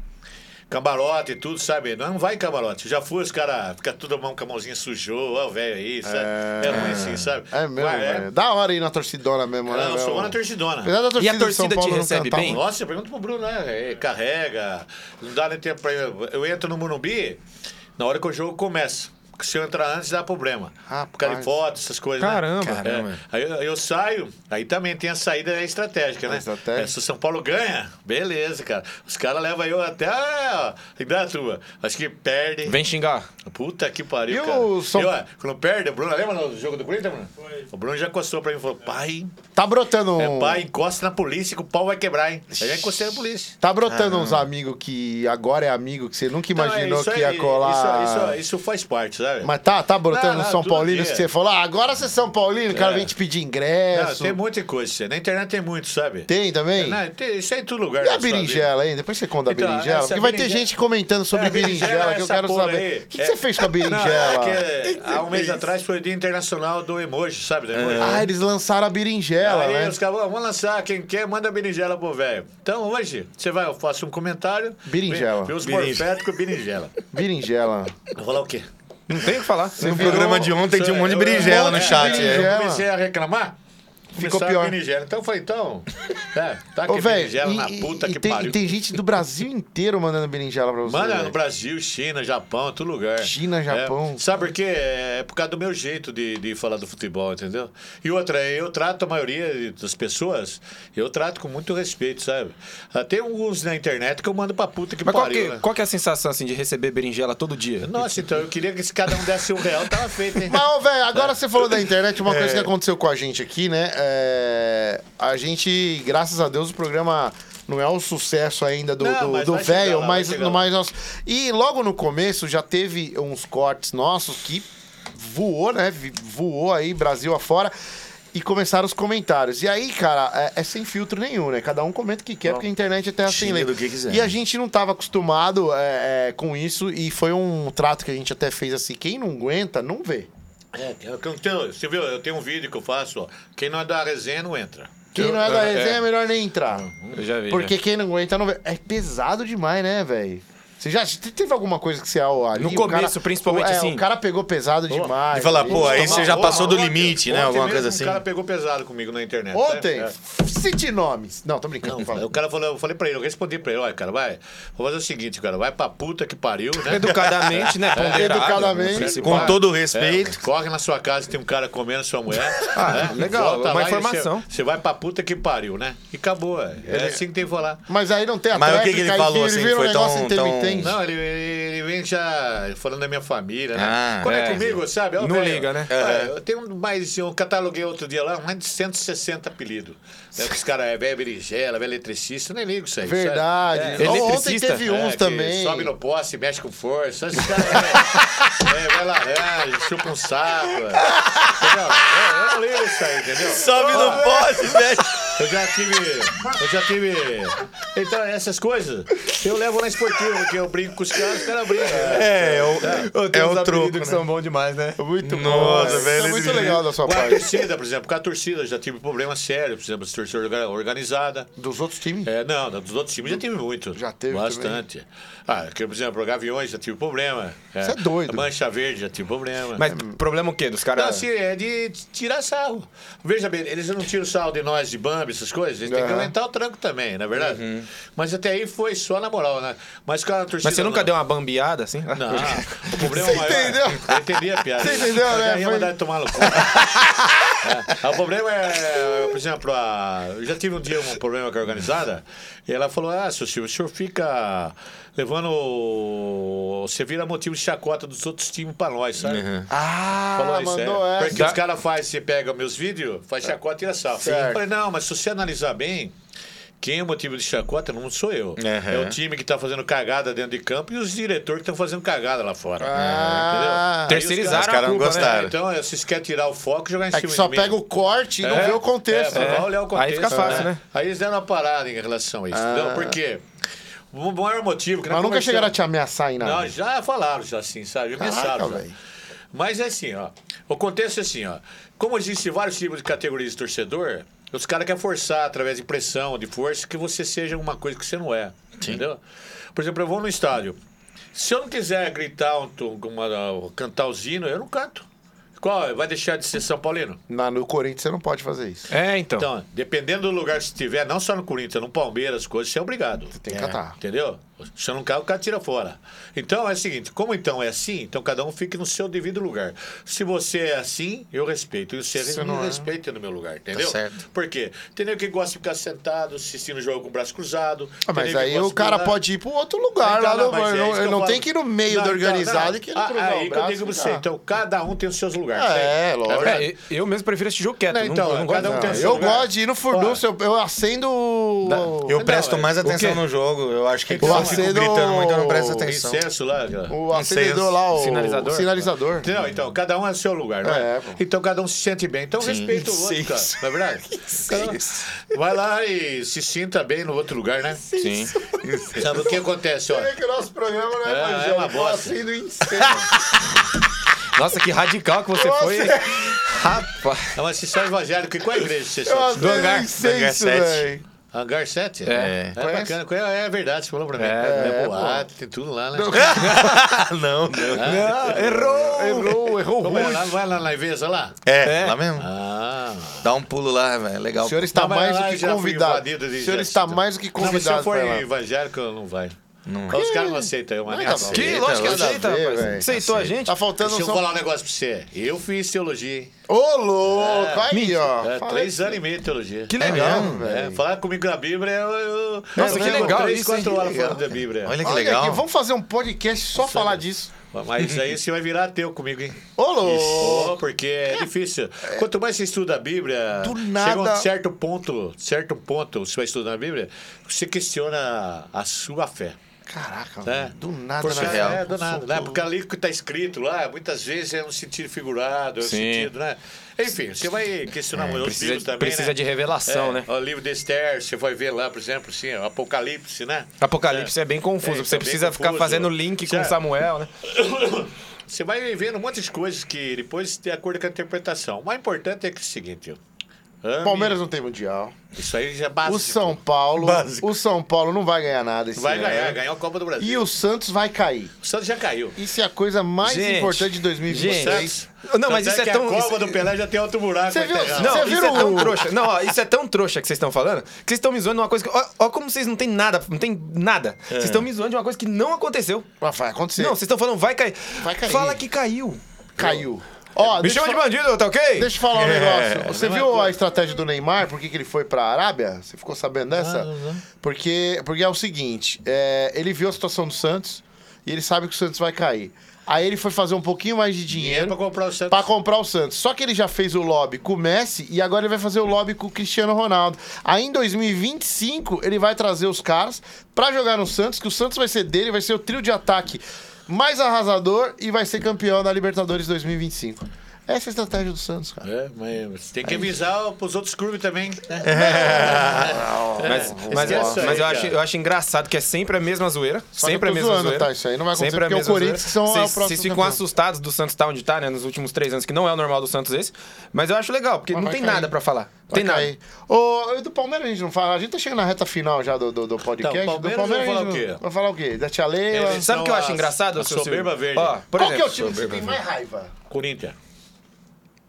S1: camarote e tudo, sabe? Não vai camarote. Eu já fui, os caras ficam tudo mão com a mãozinha sujou, ó, o velho aí, sabe? É, ruim assim, sabe?
S3: É mesmo,
S1: Mas
S3: velho. Da hora ir na torcidona mesmo, né?
S1: Não, eu
S3: velho?
S1: sou uma torcidona.
S3: Apesar da torcida,
S4: E a
S3: do São
S4: torcida te
S3: Paulo não
S4: recebe
S3: cantar
S4: bem?
S3: muito.
S1: Nossa, pergunta pro Bruno, né? É, Carrega, não dá nem tempo pra eu. Eu entro no Morumbi na hora que o jogo começa. Porque se eu entrar antes, dá problema.
S3: Rapaz.
S1: Por causa de foto, essas coisas. né?
S4: Caramba.
S1: É,
S2: Caramba.
S1: Aí eu, eu saio, aí também tem a saída estratégica, né?
S3: estratégia.
S1: É, se o São Paulo ganha, beleza, cara. Os caras levam eu até a Idatua. Acho que perde.
S4: Vem xingar.
S1: Puta que pariu,
S3: E
S1: cara.
S3: o São-
S1: Eu, ah, quando perde, o Bruno, lembra do jogo do Corinthians, Bruno? O Bruno já encostou pra mim e falou, pai,
S3: Tá brotando
S1: é,
S3: um-
S1: pai, encosta na polícia que o pau vai quebrar, hein? Aí já encostei na polícia.
S3: Tá brotando uns amigos que agora é amigo, que você nunca
S1: Então, é
S3: imaginou
S1: isso
S3: que ia
S1: aí,
S3: colar.
S1: Isso, isso- isso faz parte, sabe?
S3: Mas tá, tá brotando
S1: Não, não,
S3: São
S1: todo
S3: Paulinos
S1: dia.
S3: que você falou, ah, agora você é São Paulino, o cara
S1: É.
S3: vem te pedir
S1: Não,
S3: ingresso.
S1: tem muita coisa. Na internet tem muito, sabe?
S3: tem também?
S1: Não, tem- isso é em todo lugar.
S3: E
S1: na
S3: a
S1: sua vida.
S3: berinjela, hein? Depois você conta
S1: Então,
S3: a berinjela.
S1: essa
S3: Porque vai ter
S1: berinjela-
S3: gente comentando sobre
S1: É,
S3: berinjela, que eu
S1: essa
S3: quero
S1: porra
S3: saber.
S1: aí. É.
S3: O que, que você fez com a
S1: Não,
S3: berinjela?
S1: é que há um mês atrás foi o dia internacional do emoji, sabe? Do emoji.
S3: Ah, eles lançaram a berinjela,
S1: Aí
S3: né?
S1: os caras, "Ó, vamos lançar, quem quer, manda berinjela pro velho. Então hoje, você vai, eu faço um comentário.
S3: Berinjela.
S1: Vê os
S2: Berinjela.
S1: morféticos, berinjela.
S3: Berinjela.
S1: Eu vou falar o quê?
S4: Não tem o que falar.
S2: No programa de ontem tinha um monte de berinjela no
S1: É,
S2: chat.
S1: Eu
S2: É.
S3: berinjela.
S1: comecei a reclamar.
S3: Ficou
S1: começaram
S3: pior.
S1: a berinjela. Então foi então. É, tá
S3: Ô,
S1: aqui
S3: velho,
S1: berinjela
S3: e,
S1: na
S3: e-
S1: puta
S3: e
S1: que
S3: tem,
S1: pariu.
S3: e tem gente do Brasil inteiro mandando berinjela pra você.
S1: Manda
S3: velho.
S1: no Brasil, China, Japão, todo lugar.
S3: China, Japão.
S1: É. Sabe por quê? É por causa do meu jeito de, de falar do futebol, entendeu? E outra, eu trato a maioria das pessoas, eu trato com muito respeito, sabe? Ah, Tem alguns na internet que eu mando pra puta que
S4: Mas qual
S1: pariu,
S4: que,
S1: né?
S4: qual que é a sensação, assim, de receber berinjela todo dia?
S1: Nossa, então eu queria que se cada um desse um real, tava feito, hein?
S3: Mas, ô, velho, agora você falou da internet, uma
S1: É.
S3: coisa que aconteceu com a gente aqui, né? É, a gente, graças a Deus, o programa não é um sucesso ainda do,
S1: Não,
S3: do-
S1: mas
S3: do
S1: vai chegar
S3: velho,
S1: lá,
S3: mas,
S1: vai chegar
S3: mas nós. E logo no começo já teve uns cortes nossos que voou, né? Vi- Voou aí, Brasil afora. E começaram os comentários. E aí, cara, é, é sem filtro nenhum, né? Cada um comenta o que quer, porque a internet até assim
S2: Xinga
S3: lei.
S2: do que quiser.
S1: né?
S3: E a gente não estava acostumado é, é, com isso, e foi um trato que a gente até fez assim: quem não aguenta, não vê.
S1: É, eu tenho- você viu? Eu tenho um vídeo que eu faço, ó. Quem não é da resenha não entra.
S3: Quem não é da resenha é melhor nem entrar.
S4: Eu já vi.
S3: Porque quem não aguenta não vê. É pesado demais, né, velho? Você já te- teve alguma coisa que você ó, ali,
S4: No
S3: o
S4: começo,
S3: cara-
S4: principalmente,
S3: o- é,
S4: assim.
S3: O cara pegou pesado demais.
S2: E falar,
S3: né?
S2: pô, aí
S1: Tomar
S2: você já
S1: uma-
S2: passou do
S1: ontem-
S2: limite, né?
S1: ontem
S2: Alguma
S1: mesmo Um
S2: coisa assim.
S1: cara pegou pesado comigo na internet. né?
S3: Então, Ontem,
S1: É.
S3: cite nomes. Não, tô brincando.
S1: Não,
S3: fala.
S1: o cara falou, eu falei pra ele, eu respondi pra ele, olha, cara, vai, vou fazer o seguinte, cara, vai pra puta que pariu, né?
S4: Educadamente, né? Ponderado. né?
S3: Educadamente.
S4: principal.
S2: Com todo o
S1: É,
S2: respeito.
S1: corre na sua casa, tem um cara comendo sua mulher.
S4: Ah,
S1: né?
S4: legal,
S1: Volta
S4: uma
S1: lá e
S4: informação.
S1: Você, você vai pra puta que pariu, né? E acabou. É, é assim que tem que falar.
S3: Mas aí não tem a
S2: Mas o que que ele
S3: tréplica, aí
S2: falou,
S3: vira-
S2: assim,
S3: vira um
S2: foi tão-
S3: negócio
S2: tão-
S3: intermitente.
S1: Não, ele, ele vem já falando da minha família, né?
S2: Ah,
S1: Quando é,
S4: é,
S1: comigo, sabe? Ó,
S4: Não
S1: velho,
S4: liga, né?
S1: é, Eu tenho mais, eu cataloguei outro dia lá, mais de 160 apelidos. Né? que Os caras é velho berinjela, velho eletricista, eu nem ligo isso aí. sabe?
S3: Verdade.
S4: É.
S3: Ó, Ontem
S4: Eletricista?
S3: teve uns
S1: que
S3: também.
S1: Sobe no poste, mexe com força. Esse cara é, é, vai laranja, chupa um saco. é. Entendeu? É, eu não ligo isso aí, entendeu?
S2: Sobe no poste, velho.
S1: Eu já tive. Eu já tive. Então, essas coisas eu levo na esportiva, porque eu brinco com os caras, os caras brincam. né?
S2: É, é o, é o truco.
S4: que são bons demais, né?
S3: Muito
S2: Nossa,
S3: bom.
S2: velho,
S3: É muito
S2: esse
S3: legal da sua
S1: Com a
S3: parte.
S1: torcida, por exemplo, com a torcida, eu já tive problema sério, por exemplo, torcida orga- organizada.
S3: Dos outros times?
S1: É, não, dos outros times já tive muito.
S3: Já teve
S1: Bastante. Ah, que, por exemplo, Gaviões já tive problema.
S3: Você é doido.
S1: Mancha Verde já tive problema.
S4: Mas problema o quê? Dos
S1: Não,
S4: caras...
S1: assim, é de tirar sarro. Veja bem, eles não tiram sarro de nós, de Bambi, essas coisas. Eles têm que
S3: Aham. Uhum.
S1: aguentar o tranco também, não é verdade? Mas até aí foi só na moral, né? Mas cara, a torcida...
S4: Mas você nunca deu uma bambeada, assim?
S1: Não, o problema maior... é-
S3: entendeu?
S1: Eu entendi a piada.
S3: Você entendeu, né?
S1: Eu ia
S3: Foi-
S1: mandar ele tomar no cu. É, O problema é, por exemplo, a- eu já tive um dia um problema com a organizada e ela falou: Ah, seu Silvio, o senhor fica levando. o- Você vira motivo de chacota dos outros times pra nós, sabe?
S3: Ah,
S1: Falou isso,
S3: mandou
S1: é.
S3: essa. É.
S1: Porque os caras fazem, você pega meus vídeos, faz chacota e tira sal. Eu falei, não, mas se você analisar bem, quem é o motivo de chacota não sou eu.
S2: Aham.
S1: É o time que tá fazendo cagada dentro de campo e os diretores que estão fazendo cagada lá fora.
S3: Ah.
S1: Entendeu? Aí os
S4: Terceirizaram
S1: caras-
S2: Os caras
S4: a
S2: não
S4: culpa, né?
S2: gostaram.
S1: É, então, é, vocês querem tirar o foco e jogar em
S3: É
S1: cima
S3: que só
S1: de mim.
S3: pega o corte e não vê o contexto.
S1: É,
S3: né?
S1: vai olhar o contexto.
S4: Aí fica fácil, né?
S1: Aí eles deram uma parada em relação a isso. Entendeu? Por quê? O maior motivo... Que nós
S3: Ah. Mas nunca chegaram a
S1: conversamos-
S3: te ameaçar em nada.
S1: não, já falaram, já assim, sabe? Já pensaram. já.
S3: velho.
S1: Mas é assim, ó. O contexto é assim, ó. Como existem vários tipos de categorias de torcedor, os caras querem forçar, através de pressão, de força, que você seja uma coisa que você não é. Entendeu? Por exemplo, eu vou no estádio. Se eu não quiser gritar, um, tu- uma, cantar o zino, eu não canto. Qual? Vai deixar de ser São Paulino?
S3: Na- no Corinthians você não pode fazer isso.
S4: É, então.
S1: Então, dependendo do lugar que você estiver, não só no Corinthians, no Palmeiras, coisas, você é obrigado. Você
S3: tem que catar.
S1: Entendeu? Se não cai, o cara tira fora. Então é o seguinte: como então é assim, então cada um fique no seu devido lugar. Se você é assim, eu respeito. E você
S3: Se
S1: me
S3: não é.
S1: respeita no meu lugar, entendeu?
S2: certo.
S1: Por quê? Tem nego que gosta de ficar sentado, assistindo o jogo com o braço cruzado. tem
S3: Ah, mas
S1: nego que
S3: aí
S1: gosta
S3: o
S1: de
S3: cara
S1: pular.
S3: pode ir para outro lugar
S1: Então,
S3: lá no-
S1: mas é
S3: não,
S1: isso que eu
S3: não
S1: falo.
S3: tem que ir no meio do
S1: Não, então,
S3: organizado
S1: não.
S3: e que
S1: Ah,
S3: ele cruzar
S1: Aí
S3: o
S1: que eu
S3: braço.
S1: digo pra
S3: e
S1: você,
S3: tá.
S1: então cada um tem os seus lugares.
S3: É,
S1: tem.
S3: lógico.
S1: verdade?
S4: É, e- eu mesmo prefiro assistir jogo quieto.
S1: Não,
S4: não-
S1: então,
S4: eu não
S1: cada
S4: gosto.
S1: um
S4: Não.
S1: tem
S3: Ah,
S1: seu
S3: eu
S1: lugar.
S3: gosto de ir no furdunço, eu, eu acendo o-
S2: Eu
S1: Não,
S2: presto
S1: é.
S2: mais
S4: quê?
S2: atenção no jogo. Eu acho que
S1: Então,
S3: o
S2: são eu fico gritando muito, eu não presto atenção.
S1: Incenso lá. aquela-
S3: O acendedor
S2: Incenso.
S3: lá, o
S4: Sinalizador?
S3: o sinalizador.
S1: Não, então, cada um é o seu lugar, não é?
S3: É, pô.
S1: então cada um se sente bem. Então respeita o outro, cara.
S2: Incenso.
S1: Não é verdade? Cada um- Vai lá e se sinta bem no outro lugar, né?
S2: Sim.
S1: Sabe o que acontece, ó?
S3: que o nosso programa não
S1: É, é uma
S3: evangélico,
S1: bosta.
S3: assim do incêndio.
S4: Nossa, que radical que você foi. hein? Rapaz.
S1: É uma sessão evangélica. E qual é a igreja que você
S3: Eu
S1: sente?
S3: adoro
S2: hangar- hangar
S3: incenso,
S2: sete.
S3: velho.
S1: Hangar 7?
S4: É.
S1: é
S3: Conhece?
S1: bacana. Conhe- É verdade, você falou pra mim.
S4: É,
S1: É,
S3: é,
S1: boate, tem tudo lá, né?
S2: não, não.
S4: Não, errou!
S3: Errou, errou
S1: Como é lá?
S3: ruim.
S1: Vai lá na Ivesa lá?
S2: É, lá mesmo.
S1: Ah.
S2: Dá um pulo lá, velho. Legal.
S3: O senhor está
S1: Não, mas
S3: tá mais
S1: lá
S3: do
S1: eu
S3: que
S1: já fui
S3: convidado.
S1: invadido de
S3: O senhor
S1: gente,
S3: está
S1: então.
S3: mais do que
S1: Não, mas se eu
S3: convidado
S1: for
S3: pra lá.
S1: evangélico, não vai. Os caras não aceitam, é uma
S3: Não,
S1: ameaça.
S3: não.
S4: Que?
S2: Eita,
S4: Lógico que
S2: nada a
S4: aceita,
S3: ver,
S4: rapaz.
S3: velho.
S4: Aceitou a gente?
S3: Tá faltando
S1: Deixa eu
S3: só...
S1: falar um negócio pra você. Eu fiz teologia, hein?
S3: Ô, louco! Aí, ó.
S1: É,
S3: Falei
S1: três anos e meio de teologia.
S4: Que legal.
S3: mesmo, velho.
S1: É, falar comigo da Bíblia, eu. eu
S4: Nossa,
S1: eu
S4: que
S1: ficava
S4: legal
S1: Três,
S4: isso,
S1: quatro
S4: hein?
S1: horas
S4: Que legal.
S1: falando da Bíblia.
S2: Olha que
S3: Olha
S2: legal.
S3: aqui, vamos fazer um podcast só falar disso.
S1: Mas aí você vai virar ateu comigo, hein?
S3: Ô, louco!
S1: Pô, porque é difícil. Quanto mais você estuda a Bíblia,
S3: Do
S1: chega a
S3: nada-
S1: um certo ponto, certo ponto, você vai estudando a Bíblia, você questiona a sua fé.
S3: Caraca,
S1: né?
S3: velho. do nada um
S1: Porque,
S3: na
S2: é real.
S1: É, do nada, né? Porque ali que está escrito lá, muitas vezes é um sentido figurado, é um
S4: Sim. É,
S1: sentido, né? Enfim, você vai questionar muito os livros
S4: Precisa,
S1: também,
S4: precisa
S1: né?
S4: de revelação,
S1: É,
S4: né?
S1: O livro de Esther, você vai ver lá, por exemplo, assim, o Apocalipse, né?
S4: Apocalipse é, bem confuso.
S1: É,
S4: você
S1: é bem
S4: precisa ficar
S1: confuso.
S4: fazendo link com
S1: Certo.
S4: Samuel, né?
S1: Você vai vendo um monte de coisas que depois de acordo com a interpretação. O mais importante é que é o seguinte, ó. Ame-
S3: Palmeiras não tem mundial.
S1: Isso aí já é básico.
S3: O São Paulo,
S2: Básico.
S3: o São Paulo não vai ganhar nada esse
S1: Vai
S3: ano.
S1: ganhar, ganhar a Copa do Brasil.
S3: E o Santos vai cair.
S1: O Santos já caiu.
S3: Isso é a coisa mais
S4: Gente,
S3: importante de 2023.
S1: Santos.
S4: Não, mas
S1: Tanto
S4: isso é
S1: que
S4: tão-
S1: A Copa
S4: isso-
S1: do Pelé já tem outro buraco.
S3: Você viu-
S1: enterrado.
S4: Não,
S3: Você um-
S4: isso
S3: viu
S4: é tão
S3: o-
S4: trouxa. Não, ó, isso é tão trouxa que vocês estão falando, que vocês estão me zoando de uma coisa que. Ó, ó como vocês não tem nada, não tem nada.
S1: É.
S4: Vocês estão me zoando de uma coisa que não aconteceu.
S3: Mas vai acontecer.
S4: Não, vocês estão falando, vai cair.
S3: Vai cair.
S4: Fala que caiu.
S3: caiu. Ó,
S4: Me
S3: Ah, deixa, eu
S4: chama de
S3: fa-
S4: bandido, tá ok?
S3: deixa eu falar um negócio. Você
S1: não é
S3: viu
S1: coisa.
S3: a estratégia do Neymar? Por que, que ele foi pra Arábia? Você ficou sabendo
S1: Ah,
S3: dessa? Porque, porque é o seguinte: é, ele viu a situação do Santos e ele sabe que o Santos vai cair. Aí ele foi fazer um pouquinho mais de
S1: Dinheiro
S3: dinheiro
S1: pra comprar o Santos.
S3: Pra comprar o Santos. Só que ele já fez o lobby com o Messi e agora ele vai fazer o lobby com o Cristiano Ronaldo. Aí em 2025 ele vai trazer os caras pra jogar no Santos, que o Santos vai ser dele, vai ser o trio de ataque mais arrasador e vai ser campeão da Libertadores 2025. Essa é a estratégia do Santos, cara.
S1: É, mas tem que avisar pros outros clubes também. né?
S4: Mas, mas,
S1: Esquece
S4: mas
S1: é aí,
S4: eu, acho,
S1: cara.
S4: eu acho engraçado que é sempre a mesma zoeira.
S3: que
S4: sempre
S3: eu
S4: a
S3: tô
S4: mesma
S3: zoando,
S4: zoeira.
S3: tá? Isso aí não vai acontecer,
S4: Sempre a
S3: porque o
S4: mesma
S3: Corinthians
S4: zoeira.
S3: são o
S4: Vocês-
S3: próximo
S4: Vocês ficam
S3: campeão.
S4: assustados do Santos tá onde tá, né? Nos últimos três anos, que não é o normal do Santos esse. Mas eu acho legal, porque
S3: Mas
S4: não
S3: vai
S4: tem
S3: cair.
S4: nada pra falar. Não tem
S3: Vai
S4: nada.
S3: cair. Ô, do Palmeiras a gente não fala. A gente tá chegando na reta final já do, do, do podcast.
S1: Então, Palmeiras,
S3: do
S1: vamos
S3: Palmeiras a gente
S1: falar o
S3: não-
S1: quê?
S3: Vai falar o quê? Da Tia Leila.
S1: Eles-
S4: Sabe o que eu
S1: Então,
S4: acho
S1: a-
S4: engraçado,
S1: a
S4: seu
S1: soberba
S4: Silvio?
S1: verde.
S4: Ó, É, por
S3: Qual que é
S4: exemplo,
S3: o time que você tem mais raiva?
S1: Corinthians.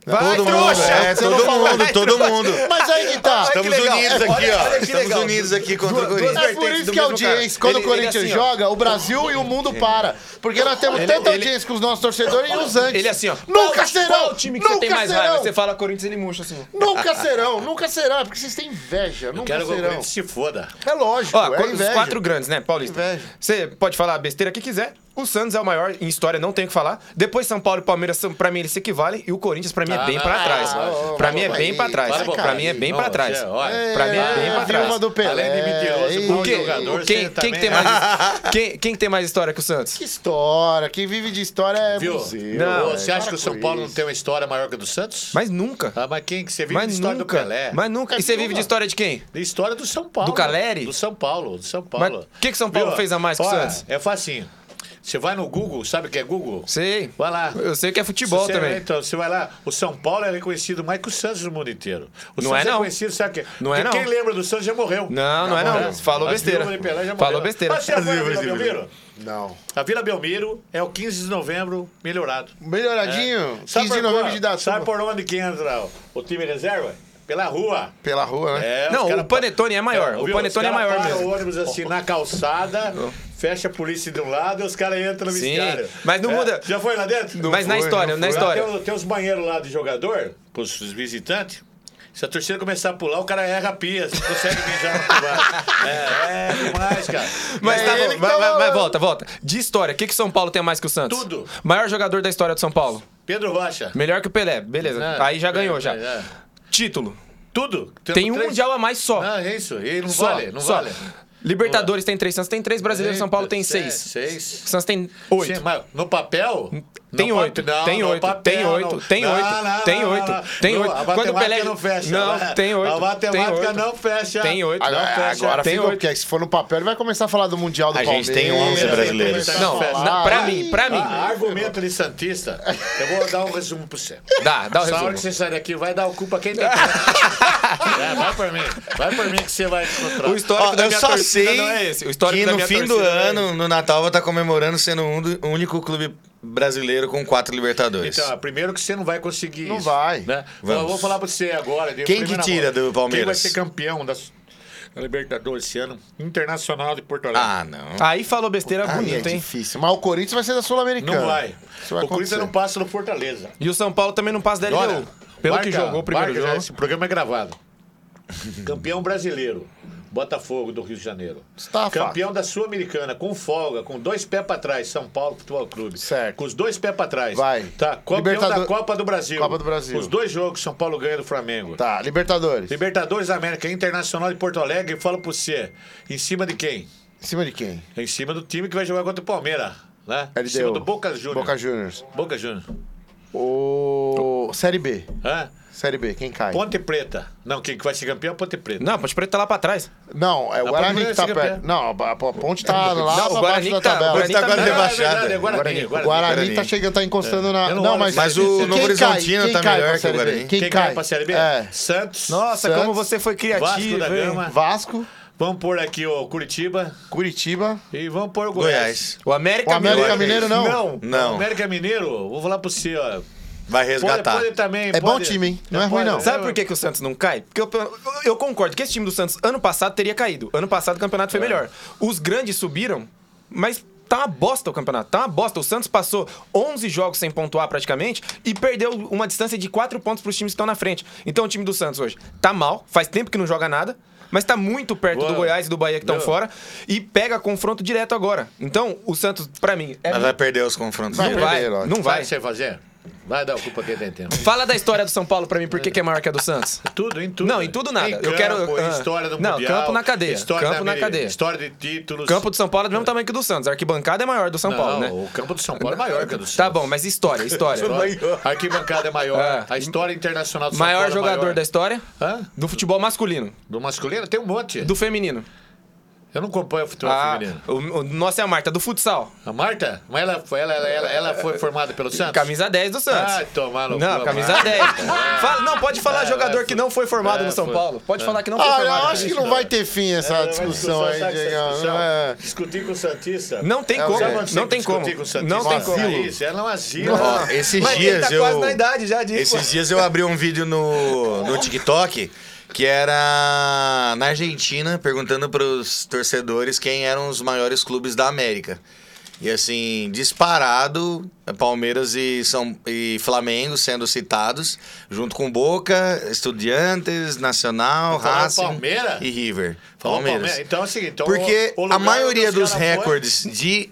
S4: Vai,
S2: todo mundo,
S4: trouxa!
S2: é,
S4: Você não
S2: todo
S4: fala-
S2: mundo, todo mundo.
S3: Mas aí que tá.
S2: Estamos
S4: legal.
S2: unidos aqui,
S4: Olha,
S2: ó.
S4: olha que
S2: Estamos
S4: legal.
S2: unidos aqui contra o
S4: Duas-
S2: Corinthians.
S3: É
S4: vertentes
S3: por isso
S4: do
S3: que a
S4: mesmo cara.
S3: audiência, quando
S4: Ele-
S3: o Corinthians
S4: ele assim, ó.
S3: joga, o Brasil e o mundo para. Porque nós temos tanta
S4: ele-
S3: audiência com os nossos torcedores e os antes.
S4: Ele assim, ó. qual-
S3: Nunca serão!
S4: Qual o time que
S3: nunca
S4: você tem mais
S3: serão,
S4: raiva? Você fala Corinthians, ele murcha assim. ó.
S3: Nunca serão, nunca serão. É porque vocês têm inveja, nunca
S1: Quero que o
S3: serão.
S1: Corinthians se foda.
S3: É lógico,
S4: Ó,
S3: é
S4: quatro- os
S3: inveja.
S4: quatro grandes, né, Paulista?
S3: Inveja.
S4: Você pode falar a besteira que quiser. O Santos é o maior em história, não tem o que falar. Depois São Paulo e Palmeiras, são, pra mim, eles se equivalem. E o Corinthians, pra mim, é
S1: Ah,
S4: bem
S1: não,
S4: pra
S1: não,
S4: trás.
S1: não,
S4: Pra
S3: não,
S4: mim, é
S3: vai,
S4: bem pra
S3: vai,
S4: trás. Pra mim, é bem
S1: Não,
S4: pra trás.
S1: você- olha,
S4: pra mim é bem pra
S3: a
S4: trás.
S3: viúva do Pelé.
S1: Além de mentiroso,
S3: Ei,
S1: bom
S4: O que,
S1: jogador,
S4: quem,
S1: você também
S4: quem que tem
S1: é-
S4: mais, quem, quem que tem mais história que o Santos?
S3: Que história, quem vive de história é
S1: Viu?
S3: museu.
S4: Não,
S1: Ô,
S3: velho.
S1: você acha
S3: Para
S1: que o
S3: com
S1: São Paulo
S3: isso.
S1: não tem uma história maior que a do Santos?
S4: Mas nunca.
S1: Ah, mas quem que você vive de
S4: Mas
S1: história do
S4: nunca.
S1: Pelé?
S4: Mas nunca. E você vive de história de quem?
S1: De história do São Paulo.
S4: Do Caleri?
S1: Do São Paulo, do São Paulo.
S4: Mas que que São Paulo fez a mais que o
S1: Olha,
S4: Santos?
S1: É facinho. Você vai no Google, sabe o que é Google?
S4: Sei.
S1: Vai lá.
S4: Eu sei que é futebol
S1: você,
S4: também.
S1: Então, você vai lá. O São Paulo é reconhecido mais que o Santos no mundo inteiro. O
S4: Não
S1: Santos
S4: é, não.
S1: conhecido, sabe o quê?
S4: Não é,
S1: Porque
S4: não.
S1: Quem lembra do Santos já morreu.
S4: Não, não é não. Falou
S1: As
S4: besteira.
S1: viúvas de Pelé já
S4: Falou
S1: morreram.
S4: besteira.
S1: Mas você já foi na Vila Belmiro?
S3: Não.
S1: A Vila Belmiro é o 15 de novembro melhorado.
S3: Melhoradinho, 15 É. de
S1: por
S3: novembro
S1: qual?
S3: de data.
S1: Sabe por onde que entra o- o time reserva? Pela rua.
S3: Pela rua, né?
S1: É, os
S4: Não, o
S1: cara-
S4: Panetone é maior.
S1: É,
S4: O
S1: viu?
S4: Panetone é
S1: Os cara
S4: maior
S1: para
S4: mesmo.
S1: o ônibus assim na calçada, fecha a polícia de um lado e os caras entram no
S4: Sim,
S1: vestiário.
S4: mas não
S1: É,
S4: muda-
S1: Já foi lá dentro?
S4: Mas na
S3: foi,
S4: história,
S3: não
S4: na
S1: Lá
S4: história.
S1: Ah, Tem, o- tem os banheiros lá de jogador, pros visitantes. Se a torcida começar a pular, o cara erra a pia. Você consegue mijar no pular. É, é demais, cara.
S4: Mas,
S3: É
S4: tá
S3: ele
S4: bom,
S3: que
S4: vai,
S3: tá
S4: vai- vai,
S3: falando.
S4: volta, volta. De história, o que, que São Paulo tem mais que o Santos?
S1: Tudo.
S4: Maior jogador da história do São Paulo.
S1: Pedro Rocha.
S4: Melhor que o Pelé, beleza.
S1: Não,
S4: Aí já ganhou, já.
S1: é.
S4: Título.
S1: Tudo.
S4: Tem um
S1: três-
S4: mundial a mais só.
S1: Não, é isso. E não
S4: Só,
S1: vale, não
S4: só.
S1: vale.
S4: Libertadores tem três, Santos tem três, Brasileiro São Paulo tem
S1: É,
S4: seis.
S1: seis.
S4: Santos tem
S1: Sim,
S4: oito.
S1: mas no papel?
S4: Tem
S1: No pa-
S4: oito,
S1: não,
S4: tem
S1: no
S4: oito,
S1: papel,
S4: tem
S1: não.
S4: oito, tem
S1: Não,
S4: oito,
S1: não,
S4: tem
S1: não,
S4: oito,
S1: não.
S4: tem
S1: Não,
S4: oito.
S1: A
S4: Quando o
S1: matemática
S4: Pelé-
S1: não fecha.
S4: Não,
S1: né?
S4: tem oito,
S1: A matemática
S4: tem oito.
S1: não fecha.
S4: Tem oito.
S1: Não
S3: Agora, é,
S1: fecha.
S3: agora
S4: Tem
S3: fica,
S4: oito.
S3: porque se for no papel, ele vai começar a falar do Mundial do
S2: A
S3: Palmeiras.
S2: gente tem 11 brasileiros.
S4: Não,
S1: tá Fecha.
S4: na- pra mim, pra mim.
S1: Ah, argumento de Santista, eu vou dar um resumo pro você.
S4: Dá, dá o
S1: Essa hora que
S4: resumo.
S1: você sair daqui, vai dar o culpa quem tem culpa. É, vai por mim. Vai por mim que você vai encontrar.
S4: O histórico
S2: Ó,
S4: da
S2: eu
S4: minha
S2: só
S4: torcida
S2: sei
S4: não é esse. O histórico
S2: que
S4: da
S2: no
S4: minha
S2: fim do
S4: torcida não é
S2: ano, no Natal, vou estar comemorando sendo um do- o único clube brasileiro com quatro Libertadores.
S1: Então, primeiro que você não vai conseguir
S3: Não
S1: isso,
S3: vai.
S1: Né?
S2: Vamos.
S1: Eu vou falar pra você agora. de
S2: Quem que
S1: primeira
S2: tira
S1: mão.
S2: do Palmeiras?
S1: Quem vai ser campeão da da Libertadores esse ano? Internacional de Porto Alegre.
S2: ah, não.
S4: esse. Aí falou besteira
S3: Ah, é
S4: bonita, Tá hein?
S3: difícil. Mas o Corinthians vai ser da
S1: não
S3: Sul-Americana.
S1: vai.
S3: Isso vai
S1: o Corinthians
S3: acontecer.
S1: não passa no Fortaleza.
S4: E o São Paulo também não passa da LDU.
S1: Olha,
S4: Pelo
S1: marca-
S4: que jogou o primeiro
S1: marca já,
S4: jogo.
S1: Esse programa é gravado. Campeão brasileiro, Botafogo do Rio de Janeiro.
S3: Está
S1: Campeão da Sul-Americana, com folga, com dois pés pra trás, São Paulo Futebol Clube.
S3: Certo.
S1: Com os dois pés pra trás.
S3: Vai.
S1: Tá. Campeão
S3: Libertador-
S1: da Copa do Brasil.
S3: Copa do Brasil.
S1: Os dois jogos, São Paulo ganha do Flamengo.
S3: Tá, Libertadores.
S1: Libertadores da América Internacional de Porto Alegre, eu falo pra você, em cima de quem?
S3: Em cima de quem?
S1: Em cima do time que vai jogar contra o Palmeiras, né? Em
S3: LDU.
S1: cima do Boca Juniors.
S3: Boca Juniors.
S1: Boca Juniors.
S3: O... Série B.
S1: Hã?
S3: Série B, quem cai?
S1: Ponte Preta. Não, quem que vai ser campeão é Ponte Preta.
S4: Não, Ponte Preta tá lá pra trás.
S3: Não, é o
S1: A
S3: Guarani
S1: Ponte
S3: que tá
S1: fica
S3: perto.
S1: pé.
S3: Não, a a Ponte tá
S4: Não,
S3: lá
S4: o
S3: pra baixo
S4: Guarani
S3: da
S4: que tá- o
S3: tabela.
S4: Guarani tá
S2: agora
S1: Não, é
S2: rebaixado.
S1: verdade, é Guarani,
S3: Guarani.
S1: é
S3: O
S1: Guarani.
S3: Guarani tá
S2: Guarani.
S3: chegando, tá encostando na.
S1: Eu não
S3: Não,
S1: olho
S3: mas.
S1: mais
S2: isso.
S3: E
S2: Novo
S3: quem
S2: Horizontino
S3: cai? Quem
S2: tá
S3: cai
S2: melhor
S3: pra
S2: que o
S3: Série B?
S2: Guarani.
S1: Quem, cai pra Série B?
S3: É.
S1: Santos,
S4: Nossa,
S3: Santos,
S4: como você foi
S1: Vasco
S4: criativo.
S1: da
S4: hein?
S1: Gama.
S3: Vasco,
S1: Vamos pôr aqui o Curitiba
S3: Curitiba.
S1: e vamos pôr o Goiás.
S2: Goiás.
S4: O América,
S3: O América Mineiro
S4: Mineiro.
S3: não.
S1: Não,
S2: Não.
S1: O América é Mineiro, vou falar pra você, ó.
S2: Vai
S1: Pode,
S2: resgatar.
S1: pode também.
S3: É bom
S1: pode.
S3: time, hein? Não é ruim,
S1: Pode. né?
S3: não.
S4: Sabe por que, que o Santos não cai? Porque eu, eu- eu concordo que esse time do Santos ano passado teria caído. Ano passado o campeonato
S1: É.
S4: foi melhor. Os grandes subiram, mas tá uma bosta o campeonato. Tá uma bosta. O Santos passou 11 jogos sem pontuar praticamente e perdeu uma distância de 4 pontos pros times que estão na frente. Então o time do Santos hoje tá mal, faz tempo que não joga nada. Mas tá muito perto do
S1: Boa.
S4: Goiás e do Bahia que estão
S1: Boa.
S4: fora. E pega confronto direto agora. Então, o Santos, pra mim, é-
S2: Mas vai perder os confrontos.
S3: Vai
S2: dele.
S4: não vai.
S3: perder, lógico.
S4: não
S1: Sabe o
S4: vai.
S1: que você vai fazer? Vai dar culpa quem tá tem tempo.
S4: Fala da história do São Paulo pra mim, por que, que é maior que a do Santos?
S1: Tudo, em tudo.
S4: Não, em tudo nada.
S1: Em
S4: Eu
S1: campo,
S4: quero-
S1: em
S4: ah.
S1: história do
S4: Não,
S1: Mundial.
S4: campo na cadeia.
S1: História
S4: Campo
S1: da
S4: na
S1: América,
S4: cadeia.
S1: História de títulos.
S4: O campo do São Paulo é do mesmo tamanho que o do Santos. A arquibancada é maior do São
S1: Não,
S4: Paulo, né?
S1: O campo do São Paulo é maior que o do
S4: Tá
S1: Santos.
S4: bom, mas história, história.
S1: A arquibancada é maior.
S4: É.
S1: A história internacional do São
S4: maior
S1: Paulo é
S4: jogador
S1: maior.
S4: da história
S1: Hã?
S4: do futebol masculino,
S1: Do masculino tem um monte.
S4: do feminino.
S1: Eu não acompanho o futebol
S4: Ah,
S1: feminino.
S4: o, o nosso é a Marta, do futsal.
S1: A Marta? Mas ela, foi- ela, ela, ela, ela foi formada pelo Santos?
S4: Camisa 10 do Santos.
S1: Ai, tomar no
S4: não,
S1: cu,
S4: camisa
S1: Marta.
S4: 10. Fala- não, pode falar jogador que não foi formado
S1: é,
S4: no São
S1: foi.
S4: Paulo. Pode falar que não foi
S3: Ah, eu
S4: formado.
S3: acho que não vai ter fim
S1: É,
S3: essa discussão aí, Diegão. Não é-
S1: Discutir com o Santista.
S4: Não tem
S3: É,
S4: como.
S1: Sabe onde
S4: Não
S1: você
S4: tem como.
S1: discutir com o Santista?
S4: Não tem
S1: Um
S4: como.
S1: asilo. Isso, ela é um asilo.
S2: Ó, esses
S4: Mas ele
S2: dias
S4: tá
S2: eu.
S4: quase na idade, já disse.
S2: Esses dias eu abri um vídeo no, no TikTok que era na Argentina, perguntando pros torcedores quem eram os maiores clubes da América. E assim, disparado, Palmeiras e, São, e Flamengo sendo citados, junto com Boca, Estudiantes, Nacional,
S1: Falou
S2: Racing
S1: Palmeira?
S2: e River.
S1: Falou
S2: Palmeiras.
S1: Palmeiras. Então é o seguinte, então
S2: Porque
S1: o- o
S2: a
S1: lugar
S2: maioria
S1: onde os
S2: dos
S1: cara foi-
S2: recordes de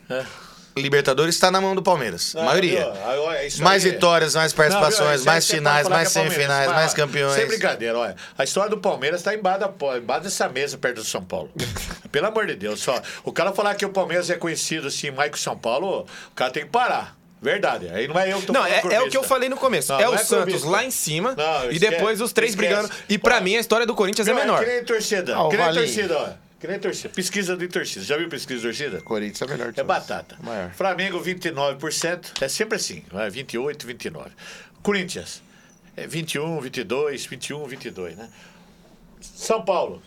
S2: Libertadores está na mão do Palmeiras. a maioria.
S1: Ah, viu? Ah, é isso
S2: Mais
S1: aí.
S2: vitórias, mais
S1: Não, viu?
S2: participações,
S1: Isso aí
S2: mais
S1: você pode
S2: finais,
S1: falar
S2: mais
S1: que é Palmeiras.
S2: semifinais,
S1: Mas,
S2: mais
S1: ó, Sem
S2: campeões.
S1: brincadeira, olha. A história do Palmeiras tá embaixo, da- embaixo dessa mesa perto do São Paulo. Pelo amor de Deus, só. O cara falar que o Palmeiras é conhecido assim, mais que o São Paulo, o cara tem que parar. Verdade. Aí não é eu que tô
S4: Não,
S1: falando
S4: é, é o
S1: clubista.
S4: que eu falei no começo.
S1: Não,
S4: é
S1: não
S4: o
S1: é
S4: Santos
S1: clubista.
S4: lá em cima
S1: Não,
S4: e
S1: esquece,
S4: depois os três
S1: esquece.
S4: brigando. E pra
S1: Ó,
S4: mim a história do Corinthians é
S1: Não,
S4: menor.
S1: Que nem torcida.
S3: Ó, o
S1: que nem
S3: Valinho.
S1: torcida, ó. Que nem torcida. Pesquisa de torcida. Já viu pesquisa de torcida?
S3: Corinthians é melhor. que
S1: É
S3: o Santos.
S1: batata.
S3: Maior.
S1: Flamengo, 29%. É sempre assim, vai, 28, 29. Corinthians, é 21, 22, 21, 22, né? São Paulo,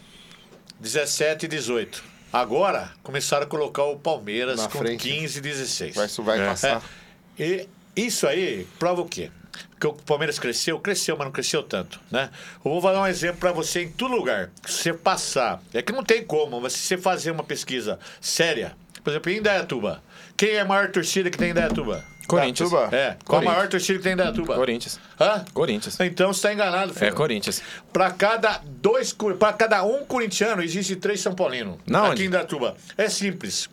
S1: 17 e 18. Agora começaram a colocar o Palmeiras
S3: Na
S1: com
S3: frente.
S1: 15 e 16.
S3: Vai, isso vai
S1: É.
S3: passar.
S1: E isso aí prova o quê? Que o Palmeiras cresceu, cresceu, mas não cresceu tanto, né? Eu vou dar um exemplo para você em todo lugar. Se você passar, é que não tem como, mas se você fazer uma pesquisa séria, por exemplo, em Indaiatuba, quem é a maior torcida que tem em Indaiatuba?
S4: Corinthians.
S3: Datuba?
S1: É, qual a
S4: Corinthians.
S1: maior torcida que tem em Indaiatuba?
S4: Corinthians.
S1: Hã?
S4: Corinthians.
S1: Então você está enganado,
S4: É
S1: filho.
S4: Corinthians.
S1: Para cada dois, para cada um corintiano existe três são paulino.
S4: Na
S1: aqui
S4: onde?
S1: em Indatuba. É simples.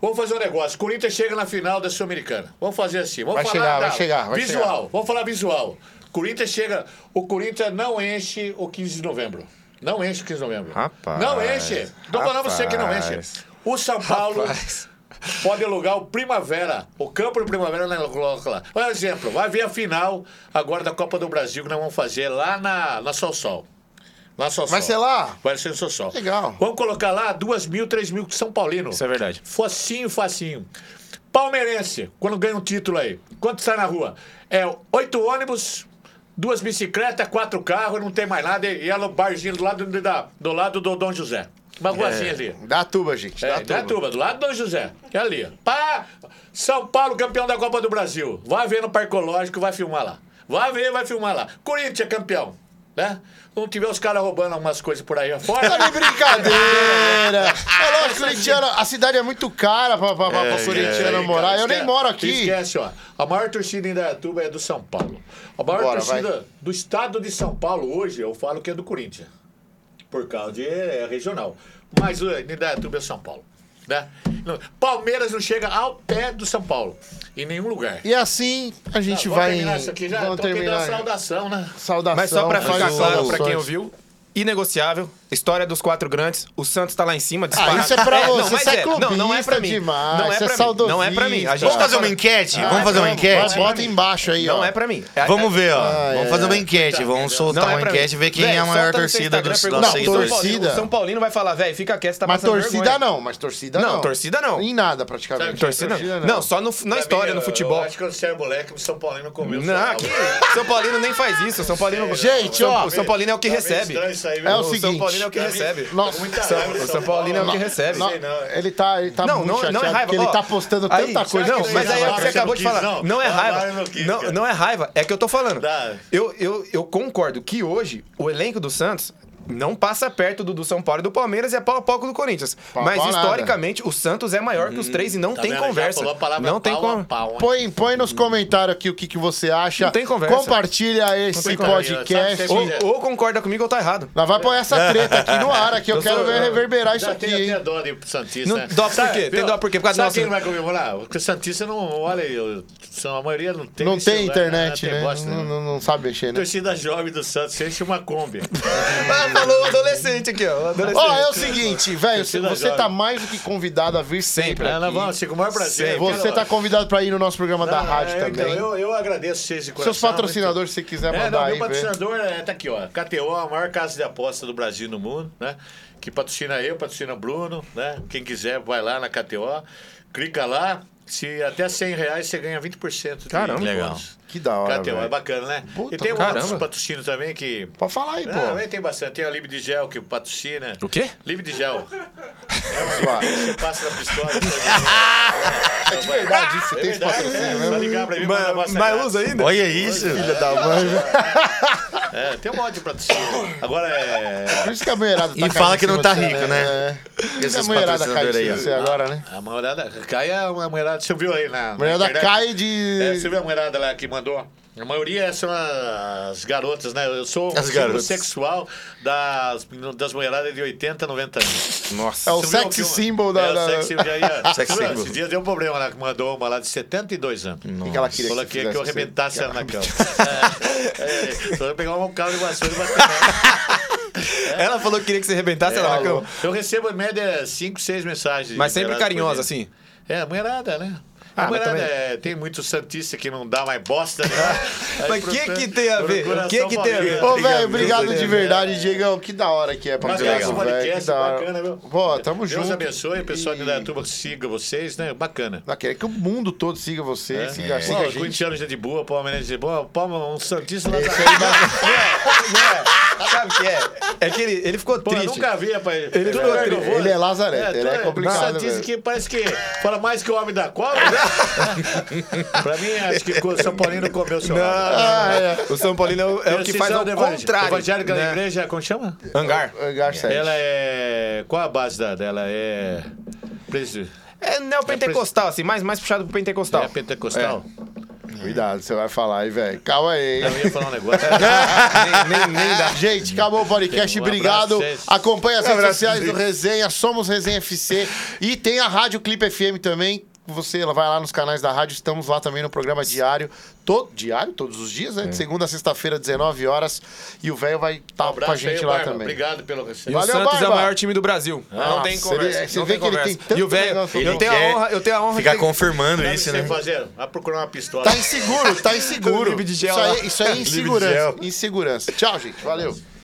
S1: Vamos fazer um negócio. Corinthians chega na final da Sul-Americana. Vamos fazer assim. Vamos
S3: Vai
S1: falar
S3: chegar,
S1: da-
S3: vai chegar, vai
S1: visual. Vamos falar visual. Corinthians chega. O Corinthians não enche o 15 de novembro. Não enche o 15 de novembro.
S2: Rapaz,
S1: Não enche. Tô falando pra você que não enche.
S2: rapaz.
S1: O São Paulo pode alugar o Primavera, o campo do Primavera na coloca lá. Por exemplo, vai ver a final agora da Copa do Brasil que nós vamos fazer lá na, na Sol Sol. Lá Sol
S3: Vai
S1: Sol.
S3: ser lá?
S1: Vai ser no Sol Sol.
S3: Legal.
S1: Vamos colocar lá duas mil, três mil São Paulino.
S4: Isso é verdade.
S1: Focinho, facinho. Palmeirense, quando ganha um título aí, quanto sai na rua? É oito ônibus, duas bicicletas, quatro carros, não tem mais nada. E ela, o barzinho do lado, da- do, lado do Dom José. Uma ruazinha
S4: É.
S1: ali.
S3: Dá tuba, gente.
S1: É,
S3: Dá
S1: da
S3: tuba.
S1: turma, do lado do Dom José. É ali. ó. Pá! São Paulo, campeão da Copa do Brasil. Vai ver no Parcológico, vai filmar lá. Vai ver, vai filmar lá. Corinthians é campeão, né? Não tiver os caras roubando algumas coisas por aí afora.
S3: Tá de brincadeira! É lógico, corintiano, a cidade é muito cara pra, pra,
S1: É,
S3: pra, pra corintiano
S1: Ei,
S3: morar.
S1: cara,
S3: Eu nem
S1: esque-
S3: moro aqui.
S1: Esquece, ó. A maior torcida em Indaiatuba é do São Paulo. A maior
S3: Bora,
S1: torcida
S3: vai.
S1: do estado de São Paulo hoje, eu falo que é do Corinthians. Por causa de é, regional. Mas o Indaiatuba é São Paulo. Né? Não- Palmeiras não chega ao pé do São Paulo. Em nenhum lugar.
S3: E assim a
S1: Ah,
S3: gente
S1: vamos
S3: vai.
S1: terminar isso aqui já.
S3: Vamos
S1: Então, quem dá
S3: terminar.
S1: saudação, né?
S3: Saudação.
S4: Mas só pra
S3: faz
S4: ficar
S3: as
S4: claro pra quem
S3: saudações.
S4: ouviu, inegociável, história dos quatro grandes, o Santos tá lá em cima, disparado.
S3: isso é pra você,
S4: mas
S3: isso é
S4: não, não é pra mim.
S3: demais,
S4: não é
S3: isso é
S4: pra mim. Não é pra mim.
S3: saudosista.
S4: A
S2: Vamos
S4: gente
S2: fazer
S4: tá
S2: uma
S4: falando-
S2: enquete? Vamos fazer uma
S3: Vamos,
S2: enquete?
S3: Bota embaixo aí, ó.
S4: Não é pra mim. É-
S2: Vamos ver, ó. Vamos
S3: é.
S2: fazer uma enquete. Vamos soltar
S4: Não é
S2: uma
S4: pra
S2: enquete e
S4: mim.
S2: ver quem
S4: Véi,
S2: é a maior
S4: solta no seu
S2: torcida
S4: Instagram,
S2: dos
S4: pergunta-
S2: nossos
S3: Não,
S2: seguidores.
S4: São Paulino-
S3: torcida.
S4: O São Paulino vai falar, velho, fica quieto, você tá
S3: Mas
S4: passando
S3: torcida
S4: vergonha.
S3: não, mas torcida não.
S4: Não, torcida não.
S3: Em nada,
S1: Sabe
S3: praticamente.
S4: é Torcida não. Não, só no- na história, no futebol.
S1: Eu acho que eu é moleque, o São Paulino comeu. o São
S4: Não,
S1: Paulo.
S4: aqui, São Paulino nem faz isso. São Paulino.
S3: Gente,
S4: São-
S3: ó.
S4: O São Paulino é o que
S1: Tá meio
S4: recebe.
S1: estranho isso aí, viu?
S3: É o
S4: O São
S3: seguinte,
S4: Paulino é o que
S1: Tá
S4: recebe.
S1: meio-
S3: Nossa,
S1: tá muita
S4: São-
S1: raiva do
S4: o São Paulino é o que
S1: Paulo.
S4: recebe.
S1: Não sei não, é.
S3: Ele tá, ele tá
S4: não,
S3: muito
S4: não,
S3: chateado,
S4: não é raiva.
S3: porque ele
S4: ó.
S3: tá postando
S4: Aí,
S3: tanta coisa.
S4: Não,
S1: que
S4: mas
S1: ele
S4: aí é o
S1: não
S4: que você
S1: quis,
S4: acabou de falar.
S1: não?
S4: Não, é
S1: Ah,
S4: raiva.
S1: ele não quis,
S4: Não,
S1: cara.
S4: não é raiva, é que eu tô falando.
S1: Dá.
S4: Eu, eu, eu concordo que hoje o elenco do Santos não passa perto do, do São Paulo e do Palmeiras e é pau a pau com o do Corinthians.
S3: Pau a
S4: mas
S3: pau nada.
S4: historicamente, o Santos é maior que os três e não
S1: Tá
S4: tem
S1: vendo? Já
S4: conversa.
S1: falou a palavra
S4: Não tem
S1: pau a
S4: con-
S1: pau, hein?
S3: Põe, põe nos comentários aqui o que, que você acha.
S4: Não tem conversa.
S3: Compartilha esse
S1: tem conversa.
S3: podcast.
S1: Sabe,
S4: Ou, ou concorda comigo ou tá errado.
S3: Nós vai pôr
S1: É.
S3: essa treta aqui no ar, aqui. Eu
S4: Eu
S3: quero
S4: sou-
S3: ver reverberar isso
S1: Já
S3: aqui,
S1: tem até
S3: hein?
S1: dó de Santista.
S4: Não-
S1: né?
S4: dó por
S1: Sabe,
S4: quê? Tem
S1: viu?
S4: dó por quê? Por causa
S1: Sabe
S4: nossa-
S1: quem vai comemorar? Porque Santista não. Olha aí, eu- são- a maioria não tem.
S3: Não
S1: celular,
S3: tem internet,
S1: não tem
S3: né?
S1: bosta
S3: Não,
S1: nenhuma.
S3: não- não sabe mexer, né?
S1: Torcida jovem do Santos, enche uma Kombi.
S4: Ah, falou o adolescente aqui, ó. O adolescente.
S3: Ó, é o seguinte, velho,
S1: né? Torcida
S3: você
S1: jovem.
S3: tá mais do que convidado a vir sempre.
S4: Sempre.
S1: Ela
S3: aqui.
S1: vamos, com o maior prazer.
S3: Você
S1: Quero-
S3: tá convidado pra ir no nosso programa da
S1: né? Ah,
S3: rádio
S1: é,
S3: também.
S1: então, eu, eu agradeço vocês de coração.
S3: Seus patrocinadores, se quiser
S1: É,
S3: mandar
S1: não,
S3: Tá aí,
S1: meu
S3: ver.
S1: patrocinador é, tá aqui, ó. KTO, a maior casa de aposta do Brasil e do mundo, né? Que patrocina eu, patrocina Bruno, né? Quem quiser, vai lá na KTO, clica lá. Se até 100 reais você ganha 20% de
S4: Caramba.
S1: bônus.
S2: Legal.
S3: Que da hora,
S1: KTO, é
S3: velho.
S1: bacana, né?
S3: Puta,
S1: e tem
S4: caramba.
S1: outros patrocínios também que.
S3: Pode falar aí, pô.
S1: Ah, também tem bastante. Tem a Lib de Gel que patrocina.
S4: O quê?
S1: Lib de Gel.
S3: Suave.
S1: Você passa na pistola. É de
S3: verdade, isso tem patrocínio
S1: Só ligar pra mim, mandar
S4: Mas,
S1: massa
S4: mas
S1: grátis.
S4: usa ainda?
S2: Olha isso.
S3: Filha da mãe, velho.
S1: É, tem um monte de patrocínio. Agora é.
S3: Por isso que a mulherada tá
S2: E
S3: caindo
S2: fala
S3: em
S2: que não
S3: cima
S2: tá
S3: de você,
S2: rico, né?
S3: É.
S2: E
S3: Por isso que a
S2: esses
S3: mulherada cai
S2: patrocinadores
S3: de
S2: aí,
S3: cima
S2: ó.
S3: de você agora, né?
S1: A mulherada. Cai a a mulherada. Você viu aí né? na.
S3: A mulherada
S1: na internet?
S3: cai
S1: É, você
S3: de...
S1: viu a mulherada lá que mandou? A maioria são as garotas, né? Eu sou
S2: As garotas.
S1: sexual das, das mulheradas de 80, 90 anos.
S2: Nossa.
S3: É
S1: Você
S3: o
S1: viu
S3: sex
S1: que uma-
S3: symbol da...
S1: É, o
S3: da-
S1: sex symbol. já ia-
S2: Sex
S1: Você viu?
S2: symbol.
S1: Esse dia deu um problema lá, que mandou uma lá de 72 anos.
S3: O que que ela queria
S1: Falou
S3: você
S1: que, que eu
S3: fizesse?
S1: arrebentasse ela na cama. É, é, só eu pegar um carro de vassoura e bater nela.
S4: Ela falou que queria que você arrebentasse
S1: É,
S4: ela na cama.
S1: Eu recebo em média 5, 6 mensagens.
S4: Mas
S1: de
S4: sempre
S1: mulherada por
S4: carinhosa,
S1: dia.
S4: assim.
S1: É, mulherada, né?
S4: Ah,
S1: a
S4: mas
S1: mulherada,
S4: também-
S1: é, tem muito santista que não dá mais bosta, né? Aí
S4: Mas o
S1: pro-
S4: que que tem a
S1: pro
S4: ver?
S1: coração
S4: O que que tem a ver?
S1: paulista.
S3: Ô, velho, obrigado
S4: Deus
S3: de
S4: do
S1: né?
S3: verdade, Diegão. Que da hora que é pra
S1: Bacana esse
S3: graça, velho. Que
S1: podcast,
S3: da
S1: bacana,
S3: hora.
S1: viu?
S3: Pô, tamo junto.
S1: Deus abençoe, o pessoal de
S3: E-
S1: Indaiatuba siga vocês, né? Bacana.
S3: Não, quer que o mundo todo siga você, siga, siga
S1: É. Pô,
S3: a gente.
S1: corintiano já de boa, palmeirense de boa, palma, um santista lá da...
S4: É, sabe o que é? É que ele, ele ficou
S1: Pô, eu
S4: triste.
S1: nunca vi, rapaz.
S4: Ele
S1: Todo
S4: ficou
S1: lugar que eu
S4: triste.
S1: vou-
S3: Ele é lazarento, ele é
S1: todo-
S3: complicado,
S1: um Santista
S3: velho.
S1: que parece que fala mais que o homem da cobra, né? pra mim, acho que o São Paulino comeu seu
S4: Não,
S1: homem.
S4: não, não. O São Paulino é o- é o que
S1: Vocês
S4: faz
S1: são
S4: ao
S1: evangé-
S4: contrário.
S1: Evangélica da
S4: né?
S1: igreja, como chama?
S4: Hangar.
S3: Garcete.
S1: Ela é. Qual a base da- dela? É. Presi-
S4: É neopentecostal, assim, mais, mais puxado pro pentecostal.
S1: É pentecostal?
S3: Cuidado, você vai falar aí, velho. Calma aí.
S1: Eu ia falar um negócio.
S4: nem, nem, nem dá.
S3: Gente, acabou o podcast,
S1: Um
S3: obrigado.
S1: abraço, gente.
S3: Acompanhe as redes
S2: abraço,
S3: sociais do
S2: gente.
S3: Resenha, somos Resenha FC e tem a Rádio Clipe FM também. com você, ela vai lá nos canais da rádio, estamos lá também no programa diário, todo diário, todos os dias, né? De segunda a sexta-feira, 19 horas, e o velho vai estar com a gente
S1: aí,
S3: lá
S1: Barba.
S3: também.
S1: Obrigado pelo
S4: E
S1: recebo.
S3: Valeu,
S4: o Santos é
S3: Barba.
S4: o maior time do Brasil. não
S1: Nossa,
S4: tem conversa.
S3: ele- você
S4: não
S3: vê
S4: tem
S3: que ele
S4: conversa.
S3: tem tanto
S4: E o velho,
S3: negócio
S4: eu
S3: pra
S4: tenho a
S2: quer
S4: honra, eu tenho a honra
S2: Ficar
S4: de ter-
S2: confirmando
S1: Sabe o que
S2: isso,
S1: você
S2: né?
S1: fazer? Vai procurar uma pistola.
S3: Tá inseguro, tá inseguro.
S4: Livre um de gel
S3: isso,
S4: lá.
S3: aí, isso aí é
S2: Livre de
S3: insegurança.
S2: gel.
S3: Insegurança. Tchau, gente. Valeu.